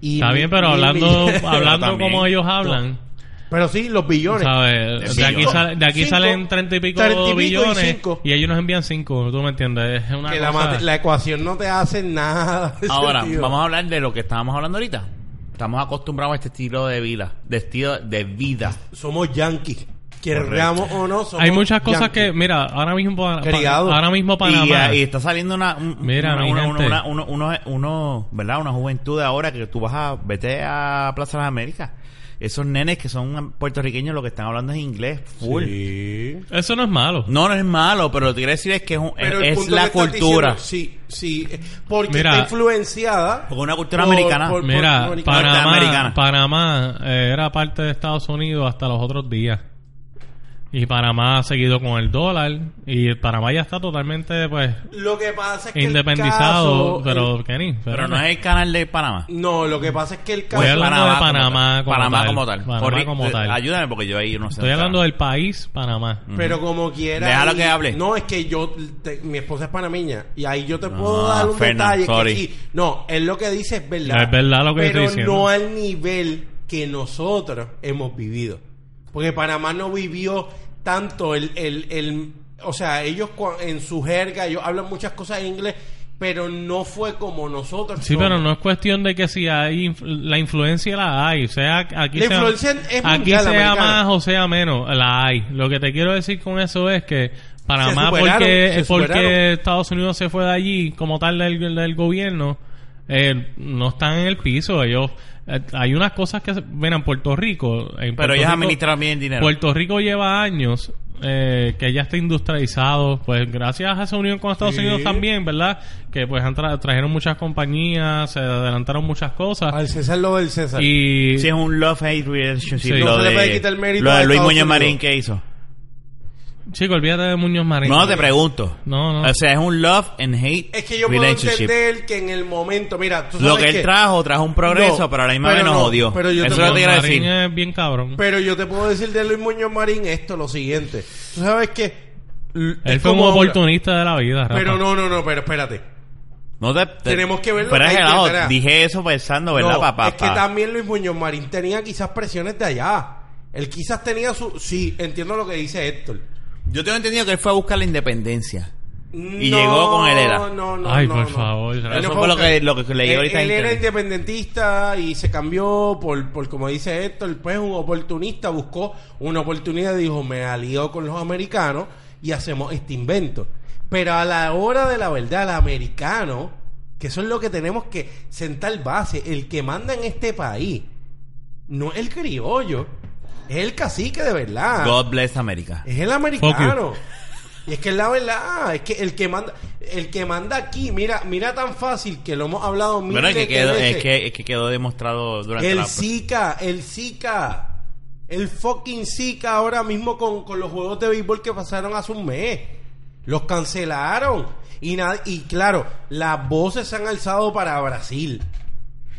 S1: Y
S3: Está bien, pero
S1: mil
S3: hablando,
S1: millones-
S3: hablando
S2: también.
S3: como ellos hablan.
S1: Pero sí, los billones.
S3: ¿Sabes? De aquí,
S2: Cinco,
S3: sale- de aquí
S1: cinco,
S3: salen treinta y pico
S1: 30 y pico y
S3: billones y,
S1: cinco.
S3: ellos nos envían cinco. ¿Tú me entiendes? Es una
S1: que la,
S3: cosa...
S1: mate- la ecuación no te hace nada. de
S2: Ahora,
S1: sentido.
S2: vamos a hablar de lo que estábamos hablando ahorita. Estamos acostumbrados a este estilo de vida, de estilo de vida.
S1: Somos yanquis. Querramos o no, somos
S3: Hay muchas cosas
S1: yanquis.
S3: que, mira, ahora mismo, para- para-
S1: Criado.
S3: ahora mismo Panamá.
S2: Y, ah, y está saliendo una, un-
S3: Mira,
S2: una,
S3: mi
S2: una-
S3: gente.
S2: una- uno, uno- uno- ¿verdad? Una juventud de ahora que tú vas a, vete a Plaza de las Américas. Esos nenes que son puertorriqueños lo que están hablando es inglés, full.
S1: Sí.
S3: Eso no es malo.
S2: No, no es malo, pero lo que quiero decir es que es, un-
S1: Pero el
S2: es
S1: punto
S2: la
S1: que estás
S2: cultura.
S1: diciendo, sí, sí. eh, Porque
S3: Mira.
S1: está influenciada.
S2: Porque una cultura americana.
S1: por-
S3: Mira,
S1: por-
S3: Panamá,
S2: Norteamericana.
S3: Panamá eh, era parte de Estados Unidos hasta los otros días. Y Panamá ha seguido con el dólar. Y Panamá ya está totalmente, pues,
S1: Lo que pasa es que. el
S3: independizado.
S1: caso-
S3: pero,
S1: el-
S3: Kenny,
S2: Pero
S3: espérate.
S2: no es el canal de Panamá.
S1: no, lo que pasa es que el caso.
S3: Voy a hablar- hablando de Panamá como
S2: Panamá
S3: tal.
S2: como tal.
S3: Panamá
S2: Corri-
S3: como
S2: eh,
S3: tal.
S2: Ayúdame porque yo ahí no sé.
S3: Estoy hablando del país Panamá.
S1: Pero como quiera.
S2: Déjalo
S1: y-
S2: que hable.
S1: No, es que yo. te- mi esposa es panameña. Y ahí yo te puedo
S2: Ah,
S1: dar un
S2: Fernan,
S1: detalle.
S2: sorry.
S1: Que sí. No, él lo que dice es verdad.
S3: No, es verdad lo que
S1: Pero
S3: estoy diciendo.
S1: no al nivel que nosotros hemos vivido. Porque Panamá no vivió tanto el. el, el- o sea, ellos cua- en su jerga, ellos hablan muchas cosas en inglés. Pero no fue como nosotros.
S3: Sí,
S1: somos.
S3: pero no es cuestión de que si hay inf- la influencia la hay, o sea aquí
S1: La
S3: sea,
S1: influencia es
S3: aquí
S1: mundial,
S3: sea
S1: americana.
S3: más o sea menos la hay. Lo que te quiero decir con eso es que Panamá
S1: superaron,
S3: porque
S1: se superaron.
S3: porque Estados Unidos se fue de allí como tal del, del gobierno eh, no están en el piso ellos eh, hay unas cosas que se- ven en Puerto Rico
S2: Pero
S3: en Puerto
S2: ellos
S3: Rico-
S2: administran bien el dinero.
S3: Puerto Rico lleva años eh, que ya está industrializado, pues gracias a esa unión con Estados
S1: Sí.
S3: Unidos también, ¿verdad? Que pues han tra- trajeron muchas compañías, se adelantaron muchas cosas
S1: Al César lo del César.
S3: y
S2: Si es un love-hate relationship.
S3: Sí.
S2: Lo
S3: No
S1: se le
S2: de,
S1: puede quitar el mérito
S2: lo
S1: a
S2: de Luis
S1: Estados
S2: Muñoz
S1: Unidos.
S2: Marín que hizo.
S3: chico, olvídate de Muñoz Marín.
S2: No, te pregunto.
S3: No, no.
S2: O sea, es un love and hate
S1: Es que yo puedo
S2: relationship.
S1: entender que en el momento, mira, tú
S2: Lo
S1: sabes
S2: que él
S1: que-
S2: trajo, trajo un progreso,
S1: No,
S2: pero a la misma
S1: pero
S2: vez nos
S1: no,
S2: odió.
S1: pero yo
S2: Eso es
S1: te
S2: lo
S3: Muñoz
S2: que te quiero
S3: Marín
S2: decir.
S3: es bien cabrón.
S1: Pero yo te puedo decir de Luis Muñoz Marín esto, lo siguiente. Tú sabes que... l-
S3: Él
S1: es
S3: fue un
S1: como ahora.
S3: oportunista de la vida, Rafa.
S1: Pero no, no, no, pero espérate.
S2: No te,
S1: Tenemos que ver lo
S2: Pero
S1: que
S2: es
S1: hay
S2: helado,
S1: detrás.
S2: Dije eso pensando, ¿verdad,
S1: No,
S2: papá?
S1: es que también Luis Muñoz Marín tenía quizás presiones de allá. Él quizás tenía su... Sí, entiendo lo que dice Héctor.
S2: Yo tengo entendido que él fue a buscar la independencia. Y
S1: No,
S2: llegó con el ERA.
S1: No, no,
S3: Ay,
S1: no,
S3: por
S1: no.
S3: favor,
S1: Él no
S2: Eso
S1: fue
S2: fue lo
S1: buscar-
S2: que- lo que leí
S1: Él-
S2: ahorita en
S1: Él era
S2: internet.
S1: independentista y se cambió por, por como dice Héctor, pues un oportunista, buscó una oportunidad y dijo, me alío con los americanos y hacemos este invento. Pero a la hora de la verdad, los americanos, que eso es lo que tenemos que sentar base, el que manda en este país, no es el criollo, es el cacique de verdad.
S2: God bless America.
S1: Es el americano. Y es que es la verdad, es que el que manda, el que manda aquí, mira, mira tan fácil que lo hemos hablado mil
S2: Bueno, es que,
S1: veces.
S2: quedó, es, que, es que quedó demostrado durante
S1: el
S2: la...
S1: Zika, el Zika, el fucking Zika ahora mismo con, con los juegos de béisbol que pasaron hace un mes. Los cancelaron. Y nada, y claro, las voces se han alzado para Brasil.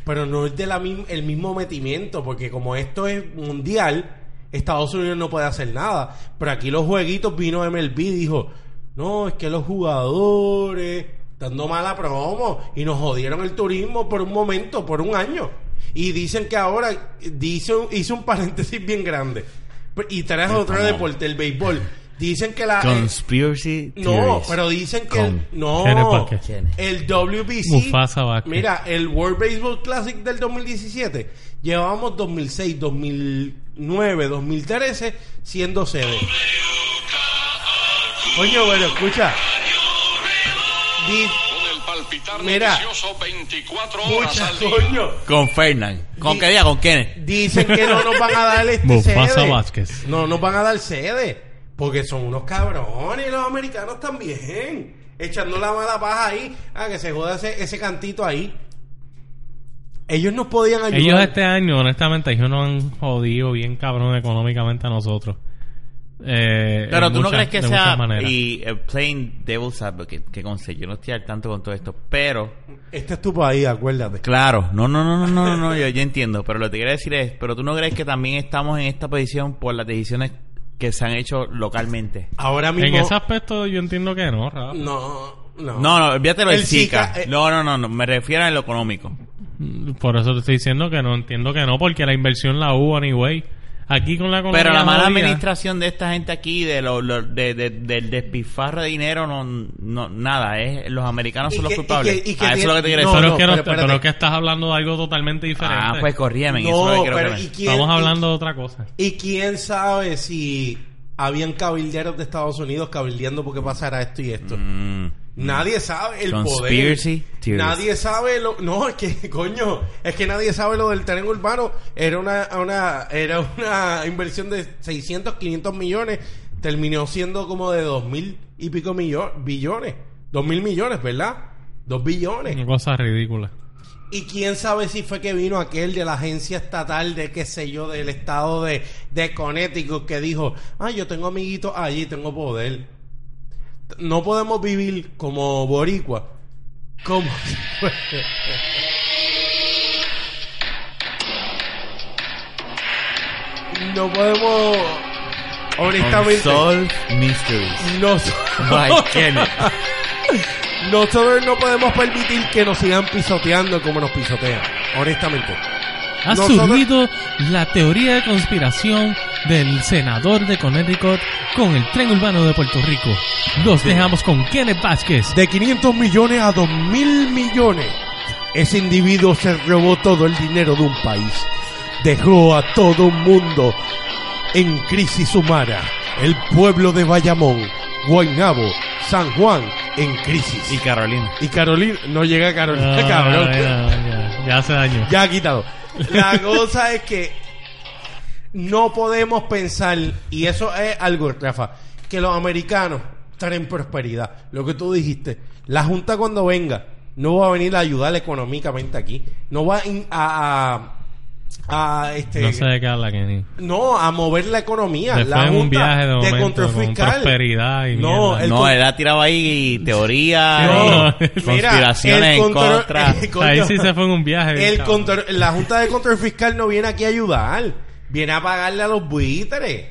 S1: Pero no es de la mim- el mismo metimiento, porque como esto es mundial, Estados Unidos no puede hacer nada. Pero aquí los jueguitos vino MLB y dijo, no, es que los jugadores dando mala promo y nos jodieron el turismo por un momento, por un año. Y dicen que ahora dice, hizo un paréntesis bien grande. Y traes otro deporte, el béisbol. Dicen que la... eh,
S2: Conspiracy
S1: No,
S2: theories.
S1: pero dicen que el,
S2: Con-
S3: ¿Quién es
S1: no,
S3: por qué?
S2: ¿Quién?
S1: el WBC,
S3: Mufasa Vázquez.
S1: mira, el World Baseball Classic del 2017, llevábamos 2006, 2009, 2013 siendo sede. Coño, bueno, escucha. Di-
S4: Con el palpitar
S1: Mira.
S4: noticioso 24 horas
S1: Escucha,
S4: al día.
S1: coño.
S2: Con Fernan. ¿Con
S1: Y-
S2: qué día? ¿Con quién?
S1: Dicen que no nos van a dar este
S3: Mufasa
S1: sede.
S3: Vázquez.
S1: No nos van a dar sede. Porque son unos cabrones los americanos también. Echando la mala paja ahí. A que se joda ese, ese cantito ahí. Ellos nos podían ayudar.
S3: Ellos este año, honestamente, ellos nos han jodido bien cabrón económicamente a nosotros. Eh,
S2: Pero
S3: en
S2: tú no crees
S3: muchas-
S2: que
S3: de muchas
S2: sea...
S3: maneras.
S2: Y eh, playing devil's advocate, que conseguí. Yo no estoy al tanto con todo esto, pero...
S1: Este es tu país, acuérdate.
S2: Claro, no, no, no, no, no, no, no, yo, yo entiendo, pero lo que te quiero decir es, pero tú no crees que también estamos en esta posición por las decisiones que se han hecho localmente.
S1: Ahora mismo.
S3: En ese aspecto yo entiendo que no, Rafa.
S1: No,
S2: No,
S1: no.
S2: no, olvídate lo del
S1: El Zika,
S2: Zika.
S1: eh.
S2: No, no, no, no, me refiero a lo económico.
S3: Mm, Por eso te estoy diciendo que no entiendo que no, porque la inversión la hubo anyway. Aquí con la economía
S2: Pero la mala
S3: jodida,
S2: administración de esta gente aquí, de lo, lo- de, de- del despilfarro de dinero, no, no, nada, es, los americanos
S1: Y
S2: son los
S1: que- y
S2: culpables.
S1: que- y que
S2: Ah, eso es lo que te quiero
S1: no,
S2: decir.
S3: Pero, es que no-
S1: pero espérate.
S3: pero es que estás hablando de algo totalmente diferente.
S2: ah, pues corríame, eso es lo
S1: No,
S2: que quiero
S1: pero
S2: que me-
S1: ¿y quién-
S3: Estamos
S1: y-
S3: hablando de otra cosa.
S1: Y quién sabe si habían cabilderos de Estados Unidos cabildeando porque pasara esto y esto.
S2: Mm.
S1: Nadie sabe el
S2: Conspiracy
S1: poder.
S2: theories.
S1: Nadie sabe lo. No, es que, coño, es que nadie sabe lo del tren urbano. Era una, una, era una inversión de 600, 500 millones. Terminó siendo como de 2 mil y pico millo- billones. 2 mil millones, ¿verdad? 2 billones.
S3: Cosas ridículas.
S1: Y quién sabe si fue que vino aquel de la agencia estatal de qué sé yo, del estado de, de Connecticut que dijo, ah, yo tengo amiguitos allí, tengo poder. No podemos vivir como boricua. Como... no podemos... Honestamente...
S2: Unsolved Mysteries.
S1: Nos-
S2: By Kelly.
S1: nosotros no podemos permitir que nos sigan pisoteando como nos pisotean. Honestamente.
S3: Ha
S1: Nosotros-
S3: surgido la teoría de conspiración del senador de Connecticut con el tren urbano de Puerto Rico. Los dejamos con Kenneth Vázquez.
S1: De 500 millones a 2 mil millones, ese individuo se robó todo el dinero de un país. Dejó a todo un mundo en crisis humana. El pueblo de Bayamón, Guaynabo, San Juan en crisis.
S2: Y Carolina.
S1: Y, Carolina, no llega Carolina,
S3: Ah,
S1: cabrón.
S3: ya, ya, ya hace daño.
S1: Ya quitado. La cosa es que no podemos pensar, y eso es algo, Rafa, que los americanos están en prosperidad. Lo que tú dijiste, la Junta cuando venga no va a venir a ayudar económicamente aquí. No va a in- a... a, a, este,
S3: No sé de qué habla Kenny.
S1: no, a mover la economía.
S3: Se
S1: la
S3: fue en un
S1: Junta
S3: viaje de momento
S1: control
S3: con
S1: fiscal.
S3: prosperidad y
S1: No,
S3: mierda.
S1: el
S2: No,
S1: con-
S2: él ha tirado ahí teorías,
S1: No,
S2: y
S1: mira,
S2: conspiraciones
S1: el
S2: en
S1: control-
S2: contra.
S1: el
S3: Ahí sí se fue en un viaje.
S1: El
S3: cabrón.
S1: control- la Junta de Control Fiscal no viene aquí a ayudar, viene a pagarle a los buitres.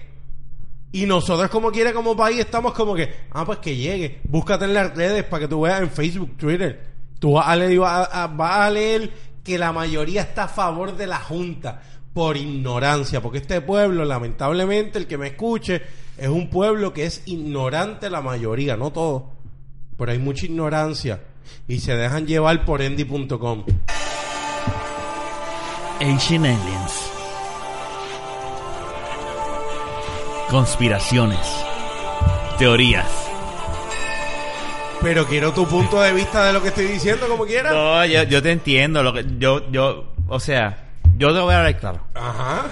S1: Y nosotros como quiera, como país, estamos como que, ah, pues que llegue, búscate en las redes para que tú veas en Facebook, Twitter. Tú vas a leer, vas a- a- vas a leer que la mayoría está a favor de la Junta por ignorancia, porque este pueblo, lamentablemente, el que me escuche, es un pueblo que es ignorante la mayoría, no todo. Pero hay mucha ignorancia y se dejan llevar por endy.com.
S2: Ancient Aliens. Conspiraciones. Teorías.
S1: Pero quiero tu punto de vista de lo que estoy diciendo, como quieras.
S2: No, yo, yo te entiendo. Lo que, yo, yo, o sea, yo te voy a hablar claro.
S1: Ajá.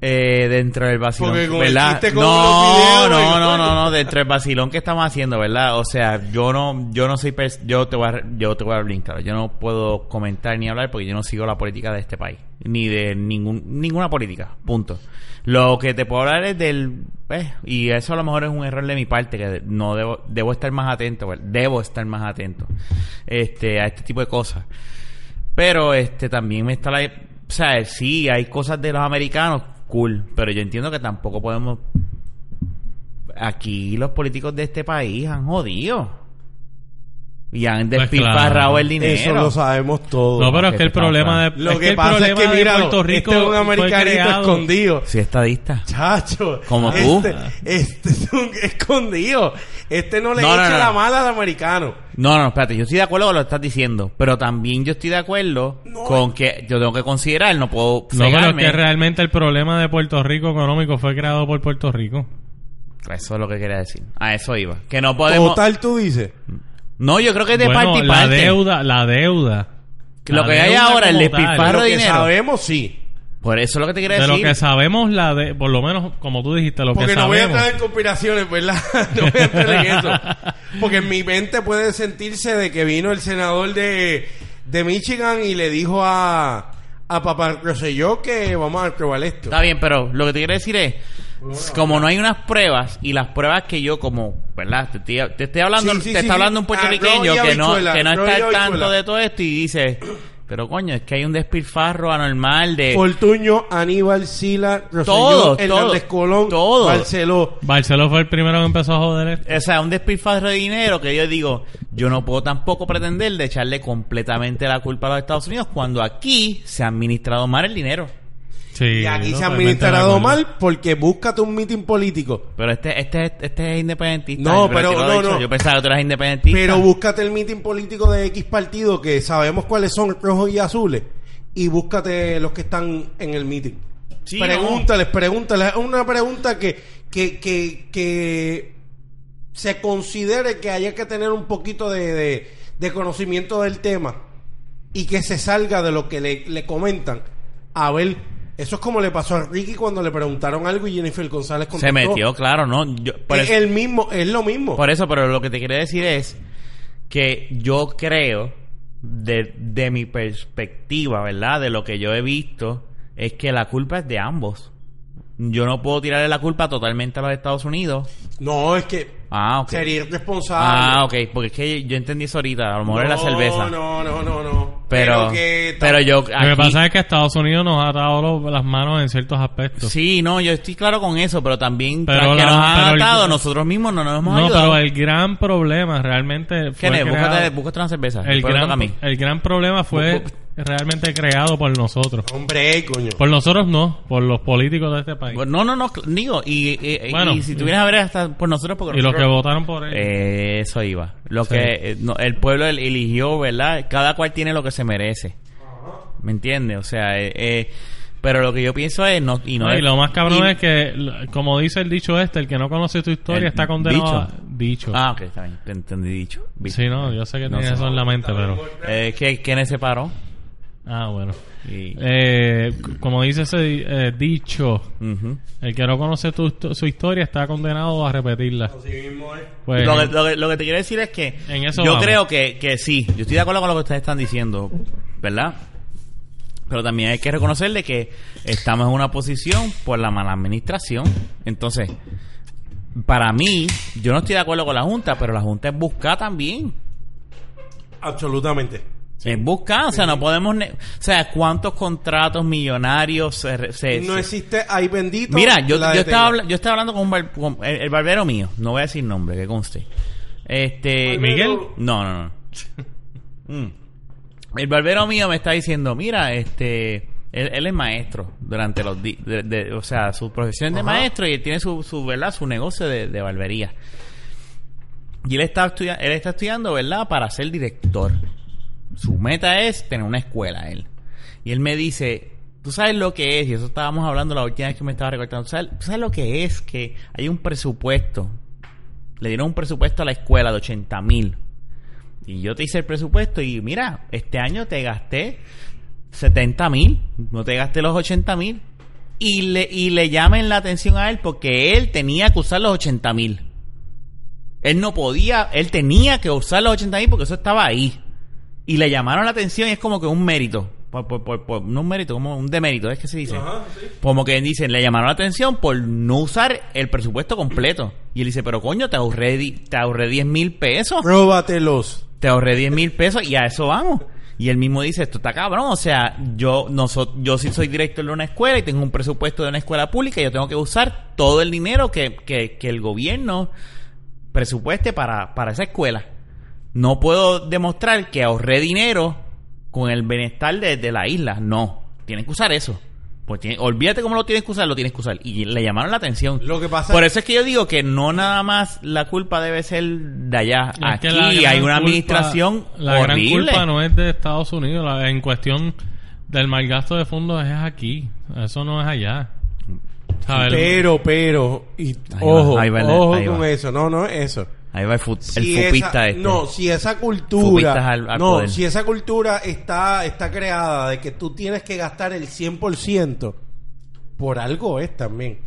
S2: Eh, dentro del vacilón.
S1: Porque con el
S2: ¿verdad?
S1: chiste con los
S2: no,
S1: videos,
S2: no,
S1: digo,
S2: no, no,
S1: bueno.
S2: no, dentro del vacilón que estamos haciendo, ¿verdad? O sea, yo no, yo no soy, pers- yo te voy a, yo te voy a hablar bien claro. Yo no puedo comentar ni hablar porque yo no sigo la política de este país. Ni de ningún, ninguna política. Punto. Lo que te puedo hablar es del, eh, y eso a lo mejor es un error de mi parte, que no debo, debo estar más atento, ¿verdad? debo estar más atento, este, a este tipo de cosas. Pero este también está la... O sea, sí, hay cosas de los americanos, cool, pero yo entiendo que tampoco podemos... Aquí los políticos de este país han jodido. Y han
S3: Pues
S2: despilfarrado
S3: claro.
S2: el dinero.
S1: Eso lo sabemos todos.
S3: No, pero es
S2: que
S3: que el
S2: está
S3: problema de
S2: claro.
S1: lo
S3: es
S1: que
S3: el
S1: pasa es
S3: problema
S1: que,
S3: de
S1: mira,
S3: Puerto Rico
S1: este es un
S3: fue
S1: americanito
S3: creado-
S1: escondido.
S2: Sí, estadista.
S1: Chacho.
S2: Como
S1: este,
S2: tú.
S1: Este es un escondido. Este no le
S2: No, no,
S1: echa
S2: no.
S1: la mala al americano.
S2: No, no, espérate, yo estoy de acuerdo con lo que estás diciendo, pero también yo estoy de acuerdo
S1: No.
S2: con que yo tengo que considerar, no puedo...
S3: No, pero es
S2: cegarme.
S3: que realmente el problema de Puerto Rico económico fue creado por Puerto Rico.
S2: Eso es lo que quería decir. A eso iba. Que no podemos...
S1: Total, tú dices.
S2: No, yo creo que es de
S3: bueno,
S2: parte y
S3: la
S2: parte.
S3: deuda, la deuda.
S2: Que lo
S3: La
S2: que hay
S3: deuda
S2: ahora, el
S3: como tal.
S2: despilfarro
S1: Lo
S2: de
S1: que
S2: dinero.
S1: sabemos, sí.
S2: Por eso es lo que te quería
S3: De lo
S2: decir.
S3: que sabemos, la de, por lo menos, como tú dijiste, lo que
S1: Porque no voy a
S3: sabemos.
S1: entrar en conspiraciones, ¿verdad? No voy a entrar en eso. Porque en mi mente puede sentirse de que vino el senador de, de Michigan y le dijo a, a Papá Rosselló que vamos a probar esto.
S2: Está bien, pero lo que te quiero decir es, como no hay unas pruebas, y las pruebas que yo como, ¿verdad? Te, estoy- te estoy hablando,
S1: Sí, sí,
S2: te
S1: sí,
S2: está hablando
S1: sí.
S2: un puertorriqueño
S1: Arroz y
S2: que no,
S1: habichuela,
S2: que no
S1: arroz y
S2: está al tanto
S1: habichuela.
S2: de todo esto y dice, pero coño, es que hay un despilfarro anormal de...
S1: Fortuño, Aníbal, Sila, Rosselló,
S2: Todos,
S1: Hernández
S2: todos,
S1: Colón,
S2: todos.
S1: Barceló.
S3: Barceló fue el primero que empezó a joder esto.
S2: O sea, un despilfarro de dinero que yo digo, yo no puedo tampoco pretender de echarle completamente la culpa a los Estados Unidos cuando aquí se ha administrado mal el dinero.
S3: Sí,
S1: Y aquí se ha
S3: totalmente de
S1: administrado
S3: acuerdo.
S1: mal porque búscate un mitin político.
S2: Pero este, este, este es independentista.
S1: No,
S2: Yo creo
S1: pero-
S2: que lo he
S1: no,
S2: dicho.
S1: no.
S2: Yo pensaba que tú eras independentista.
S1: Pero búscate el mitin político de X partido que sabemos cuáles son rojos y azules. Y búscate los que están en el mitin.
S2: Sí,
S1: pregúntales, pregúntales. Es una pregunta que, que, que, que se considere que haya que tener un poquito de, de- de conocimiento del tema y que se salga de lo que le, le comentan. A ver, eso es como le pasó a Ricky cuando le preguntaron algo y Jennifer González contestó.
S2: se metió, claro, ¿no? Yo- por,
S1: Es
S2: eso,
S1: el mismo, es lo mismo.
S2: por eso, pero lo que te quiero decir es que yo creo de, de mi perspectiva, ¿verdad? De lo que yo he visto, es que la culpa es de ambos. Yo no puedo tirarle la culpa totalmente a los Estados Unidos.
S1: No, es que
S2: Ah, ok.
S1: sería irresponsable.
S2: Ah, ok, porque es que yo entendí eso ahorita, a lo mejor es la cerveza.
S1: No, no, no, no.
S2: Pero,
S1: que
S2: pero yo...
S3: Lo que
S2: aquí-
S3: pasa es que Estados Unidos nos ha atado los- las manos en ciertos aspectos.
S2: Sí, no, yo estoy claro con eso, pero también
S3: Pero
S2: tras que
S3: la-
S2: nos han
S3: pero el-
S2: atado, nosotros mismos no nos hemos
S3: no,
S2: ayudado.
S3: pero el gran problema realmente fue
S2: Kenneth,
S3: creado-
S2: búscate, búscate una cerveza.
S3: el,
S2: después me toca a
S3: gran,
S2: mí.
S3: el gran problema fue
S2: Bu- bu-
S3: realmente creado por nosotros.
S1: Hombre, coño.
S3: Por nosotros no, por los políticos de este país.
S2: Bueno, No, no, no, cl- digo, y, y- y-
S3: Bueno.
S2: y si tuvieras a ver hasta por nosotros, porque
S3: y los que
S2: nosotros-
S3: votaron por él.
S2: Eh, eso iba. Lo
S3: Sí.
S2: que eh, no, el pueblo el- eligió, ¿verdad? Cada cual tiene lo que se merece. ¿Me entiendes? O sea, eh, eh, pero lo que yo pienso es no y no
S3: No, y
S2: es-
S3: lo más cabrón
S2: y-
S3: es que, l- como dice el dicho este, el que no conoce tu historia
S2: El
S3: está condenado a-
S2: dicho.
S3: dicho.
S2: Ah, ok, está bien, te entendí dicho. Visto.
S3: sí, no, yo sé que
S2: No
S3: tienes
S2: sé.
S3: eso en la mente, pero...
S2: Eh, que Kenneth se paró.
S3: Ah, bueno.
S2: Y,
S3: Eh, c- como dice ese di- eh, dicho,
S2: Ujú.
S3: el que no conoce tu- tu- su historia está condenado a repetirla.
S1: Así mismo es.
S3: Pues,
S2: lo, que, lo que- lo que te quiero decir es que
S3: En eso
S2: yo
S3: vamos.
S2: creo que, que sí, yo estoy de acuerdo con lo que ustedes están diciendo, ¿verdad? Pero también hay que reconocerle que estamos en una posición por la mala administración. Entonces, para mí, yo no estoy de acuerdo con la Junta, pero la Junta es buscar también.
S1: Absolutamente.
S2: Es buscar, o sea, no podemos... ne- O sea, ¿cuántos contratos millonarios se... re- se-
S1: No
S2: se-
S1: existe ahí bendito.
S2: Mira, yo,
S1: la
S2: yo,
S1: detengo.
S2: estaba, habla- yo estaba hablando con, un bar- con el, el barbero mío. No voy a decir nombre, que conste. Este,
S3: ¿Miguel?
S2: No, no, no. Mm. El barbero mío me está diciendo, mira, este... Él, él es maestro durante los días, o sea, su profesión de
S1: Ajá.
S2: maestro y él tiene su, su, ¿verdad? su negocio de, de barbería. Y él está, estudia- él está estudiando, ¿verdad? Para ser director. Su meta es tener una escuela, él. Y él me dice, tú sabes lo que es, y eso estábamos hablando la última vez que me estaba recortando, ¿Tú sabes, tú sabes lo que es que hay un presupuesto? Le dieron un presupuesto a la escuela de 80 mil. Y yo te hice el presupuesto y mira, este año te gasté 70 mil, no te gasté los 80 mil. Y le, y le llamen la atención a él porque él tenía que usar los 80 mil. Él no podía, él tenía que usar los 80 mil porque eso estaba ahí. Y le llamaron la atención y es como que un mérito. Por- por- por- por- no un mérito, como un demérito, es que se dice.
S1: Ajá, sí.
S2: Como que dicen, le llamaron la atención por no usar el presupuesto completo. Y él dice, pero coño, te ahorré, di- te ahorré 10 mil pesos.
S1: Róbatelos.
S2: Te ahorré 10 mil pesos y a eso vamos. Y él mismo dice, esto está cabrón. O sea, yo, noso- yo sí soy director de una escuela y tengo un presupuesto de una escuela pública y yo tengo que usar todo el dinero que, que, que el gobierno presupueste para, para esa escuela. No puedo demostrar que ahorré dinero con el bienestar de, de la isla. No, tienes que usar eso. Pues tiene- olvídate cómo lo tienes que usar, lo tienes que usar. Y le llamaron la atención.
S1: Lo que pasa
S2: Por
S1: es-
S2: eso es que yo digo que no nada más la culpa debe ser de allá
S3: es
S2: aquí
S3: que la gran
S2: hay una
S3: culpa-
S2: administración
S3: La gran
S2: horrible.
S3: culpa no es de Estados Unidos. la- en cuestión del malgasto de fondos es aquí. Eso no es allá. ¿Sabes?
S1: Pero, pero, y
S2: va,
S1: ojo,
S2: ahí va el-
S1: ojo
S2: ahí va.
S1: con eso, no, no, eso.
S2: Ahí va el, fu- el
S1: Si
S2: fupista
S1: esa-
S2: este.
S1: No, si esa
S2: Fupistas
S1: cultura,
S2: al- al
S1: no,
S2: poder.
S1: si esa cultura está, está creada de que tú tienes que gastar el 100%, por algo es también.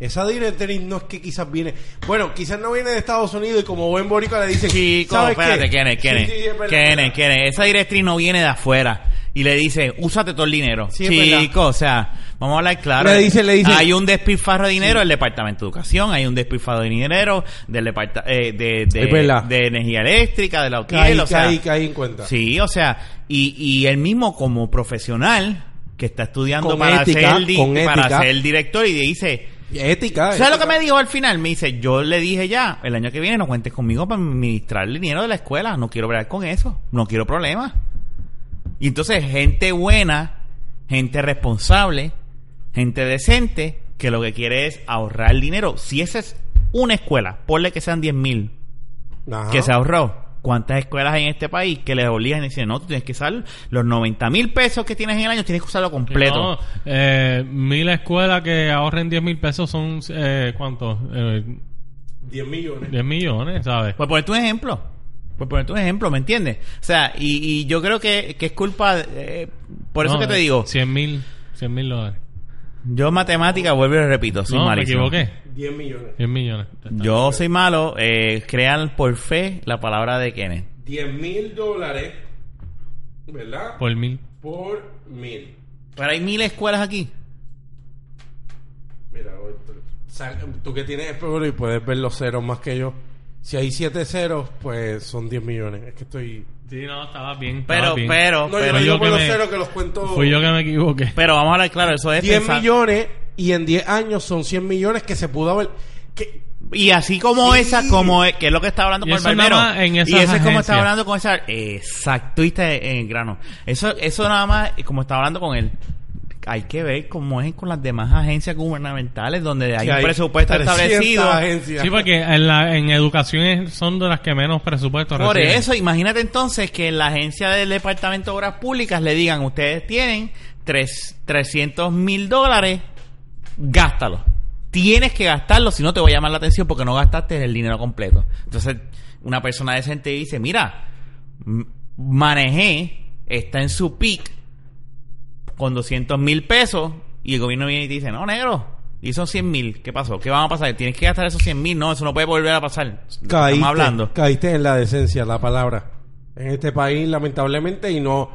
S1: Esa directriz no es que quizás viene, bueno, quizás no viene de Estados Unidos y como buen boricua le dicen,
S2: Chico,
S1: "¿Sabes
S2: espérate,
S1: qué?
S2: Kenneth, Kenneth.
S1: Sí, sí, es verdad,
S2: Kenneth,
S1: verdad".
S2: Kenneth. Esa directriz no viene de afuera. Y le dice, úsate todo el dinero.
S1: Sí, es
S2: Chico, o sea, vamos a hablar claro.
S1: Le dice- le dice-
S2: Hay un despilfarro de dinero del Departamento de Educación, hay un despilfarro de dinero del departa eh, de, de,
S1: Es verdad.
S2: de Energía Eléctrica, de la UTIEL,
S1: Caí,
S2: o sea,
S1: caí, caí en cuenta.
S2: Sí, o sea, y, y él mismo como profesional que está estudiando
S1: Con
S2: para,
S1: ética,
S2: ser di-
S1: con
S2: para
S1: ética.
S2: ser el director y dice,
S1: Ética.
S2: ¿sabes lo
S1: ética.
S2: que me dijo al final? Me dice, yo le dije ya, el año que viene no cuentes conmigo para administrar el dinero de la escuela, no quiero hablar con eso, no quiero problemas. Y entonces gente buena, gente responsable, gente decente, que lo que quiere es ahorrar dinero. Si esa es una escuela, ponle que sean 10 mil,
S1: Ajá.
S3: Ah.
S2: que se ahorró. ¿Cuántas escuelas hay en este país que les obligan y dicen, no, tú tienes que usar los 90 mil pesos que tienes en el año, tienes que usarlo completo?
S3: No, eh, mil escuelas que ahorren 10 mil pesos son, eh, ¿cuántos? Eh,
S1: 10 millones.
S3: 10 millones, ¿sabes?
S2: Por ponerte un ejemplo. Por ponerte un ejemplo, ¿me entiendes? O sea, y, y yo creo que, que es culpa... eh, por eso
S3: No,
S2: que te
S3: eh,
S2: digo,
S3: 100 mil, 100 mil dólares.
S2: yo matemática, vuelvo y lo repito, soy
S3: no,
S2: malísimo.
S3: me equivoqué.
S1: 10 millones.
S3: 10 millones.
S2: Yo soy malo, eh, crean por fe la palabra de Kenneth.
S1: 10 mil dólares ¿Verdad?
S3: por mil.
S1: Por mil.
S2: Pero hay mil escuelas aquí.
S1: Mira, voy- sal- tú que tienes Explorer y puedes ver los ceros más que yo. Si hay siete ceros, pues son 10 millones. Es que estoy.
S3: Sí, no, estaba Ah, bien.
S2: Pero, pero,
S1: No, yo
S2: pero,
S1: no
S3: yo
S1: digo
S3: que
S1: por los
S3: me-
S1: ceros que los cuento.
S3: Fui yo que me equivoqué.
S2: pero vamos a hablar claro, eso es
S1: 10
S2: pensar-
S1: millones y en 10 años son 100 millones que se pudo haber. Que,
S2: Y así como
S1: Sí.
S2: esa, como es, que es lo que está hablando
S3: Y
S2: con el
S3: eso nada
S2: barbero.
S3: más en
S2: y
S3: esas
S2: eso es como
S3: agencias.
S2: está hablando con esa. Exacto, viste en grano. Eso, eso nada más, como está hablando con él. Hay que ver cómo es con las demás agencias gubernamentales donde hay
S1: que
S2: un presupuesto
S1: 300
S2: establecido. pues,
S1: agencias.
S3: Sí, porque en, la, en educación es- son de las que menos presupuesto
S2: Por
S3: reciben.
S2: eso, imagínate entonces que en la agencia del Departamento de Obras Públicas le digan, ustedes tienen tres, 300 mil dólares, gástalos. Tienes que gastarlos, si no te voy a llamar la atención porque no gastaste el dinero completo. Entonces, una persona decente dice, mira, m- manejé, está en su pic con 200 mil pesos y el gobierno viene y te dice, no, negro. Y son 100 mil. ¿Qué pasó? ¿Qué van a pasar? Tienes que gastar esos 100 mil. No, eso no puede volver a pasar. De lo que
S1: Caíste,
S2: Estamos hablando.
S1: caíste en la decencia, la palabra. En este país, lamentablemente, y no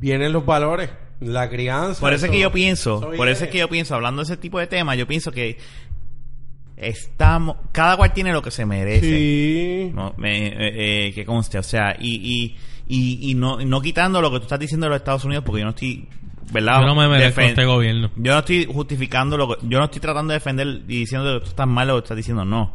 S1: vienen los valores, la crianza.
S2: Por eso es que
S1: todo.
S2: yo pienso,
S1: Soy
S2: por eso es
S1: de-
S2: que yo pienso, hablando de ese tipo de temas, yo pienso que estamos, cada cual tiene lo que se merece.
S1: Sí.
S2: No, me- eh, eh, que conste, o sea, y, y, y, y no, no quitando lo que tú estás diciendo de los Estados Unidos, porque yo no estoy, ¿verdad?
S3: Yo no me merezco
S2: Defen-
S3: este gobierno.
S2: Yo no estoy justificando lo que, yo no estoy tratando de defender y diciendo que tú estás mal o que estás diciendo no,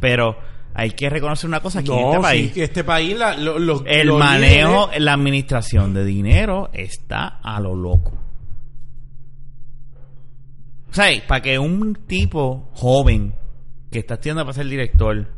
S2: pero hay que reconocer una cosa aquí en
S1: No,
S2: este
S1: sí,
S2: país.
S1: que este país, la- lo- los-
S2: El
S1: los
S2: manejo,
S1: líderes-
S2: la administración de dinero está a lo loco. O sea, para que un tipo joven que está estudiando para ser director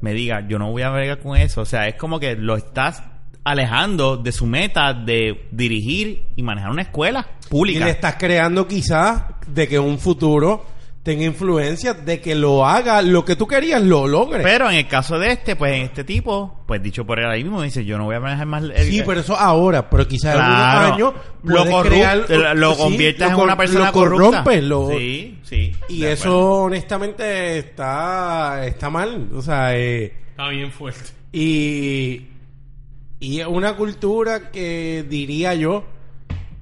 S2: me diga, yo no voy a bregar con eso. O sea, es como que lo estás alejando de su meta de dirigir y manejar una escuela
S1: y le
S2: pública.
S1: estás creando quizás de que un futuro tenga influencia, de que lo haga, lo que tú querías lo logre.
S2: Pero en el caso de este, pues en este tipo, pues dicho por él ahí mismo, dice, yo no voy a manejar más el,
S1: Sí, pero eso ahora, pero quizás
S2: eh, Claro.
S1: en unos años
S2: lo,
S1: puedes
S2: corrup-
S1: crear-
S2: lo- lo
S1: sí,
S2: conviertes
S1: lo
S2: en
S1: cor-
S2: una persona
S1: lo
S2: corrupta.
S1: corrompes, lo-
S2: Sí, sí.
S1: Y
S2: de
S1: eso
S2: acuerdo.
S1: honestamente está, está mal. O sea, eh,
S3: Está bien fuerte.
S1: y, y es una cultura que diría yo.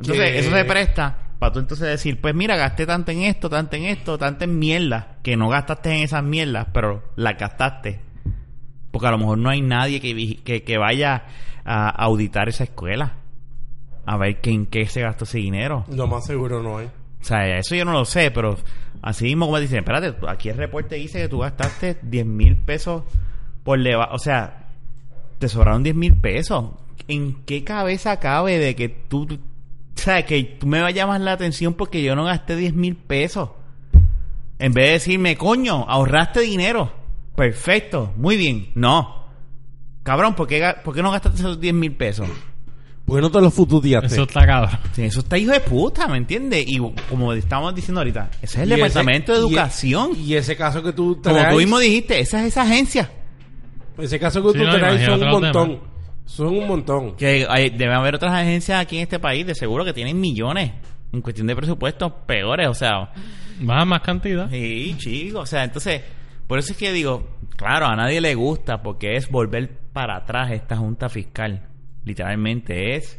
S2: Entonces,
S1: que-
S2: eso se presta para tú entonces decir, pues mira, gasté tanto en esto, tanto en esto, tanto en mierda, que no gastaste en esas mierdas, pero las gastaste. Porque a lo mejor no hay nadie que, vigi- que, que vaya a auditar esa escuela. A ver que, en qué se gastó ese dinero.
S1: Lo más seguro no hay.
S2: O sea, eso yo no lo sé, pero así mismo como dicen, espérate, aquí el reporte dice que tú gastaste 10 mil pesos por leva O sea, te sobraron 10 mil pesos. ¿En qué cabeza cabe de que tú, tú- o sea, que tú me vayas a llamar la atención porque yo no gasté 10 mil pesos? En vez de decirme, coño, ahorraste dinero. Perfecto, muy bien. No. Cabrón, ¿por qué, ga- por qué no gastaste esos 10 mil pesos?
S1: Porque no te lo fututeaste.
S3: Eso está cabrón.
S2: Sí, Eso está hijo de puta, ¿me entiendes? Y como estábamos diciendo ahorita, ese es el
S1: Y ese-
S2: Departamento de
S1: y e-
S2: Educación.
S1: Y, ese caso que tú
S2: como
S1: traes.
S2: tú mismo dijiste, esa es esa agencia.
S1: Ese caso que
S3: Sí,
S1: tú
S3: no,
S1: traes son un
S3: imagínate los
S1: montón.
S3: demás.
S1: Son un montón.
S2: Que hay- debe haber otras agencias aquí en este país, de seguro, que tienen millones en cuestión de presupuestos peores, o sea.
S3: Baja más cantidad.
S2: Sí, chico, o sea, entonces, por eso es que digo, claro, a nadie le gusta porque es volver para atrás esta junta fiscal. Literalmente es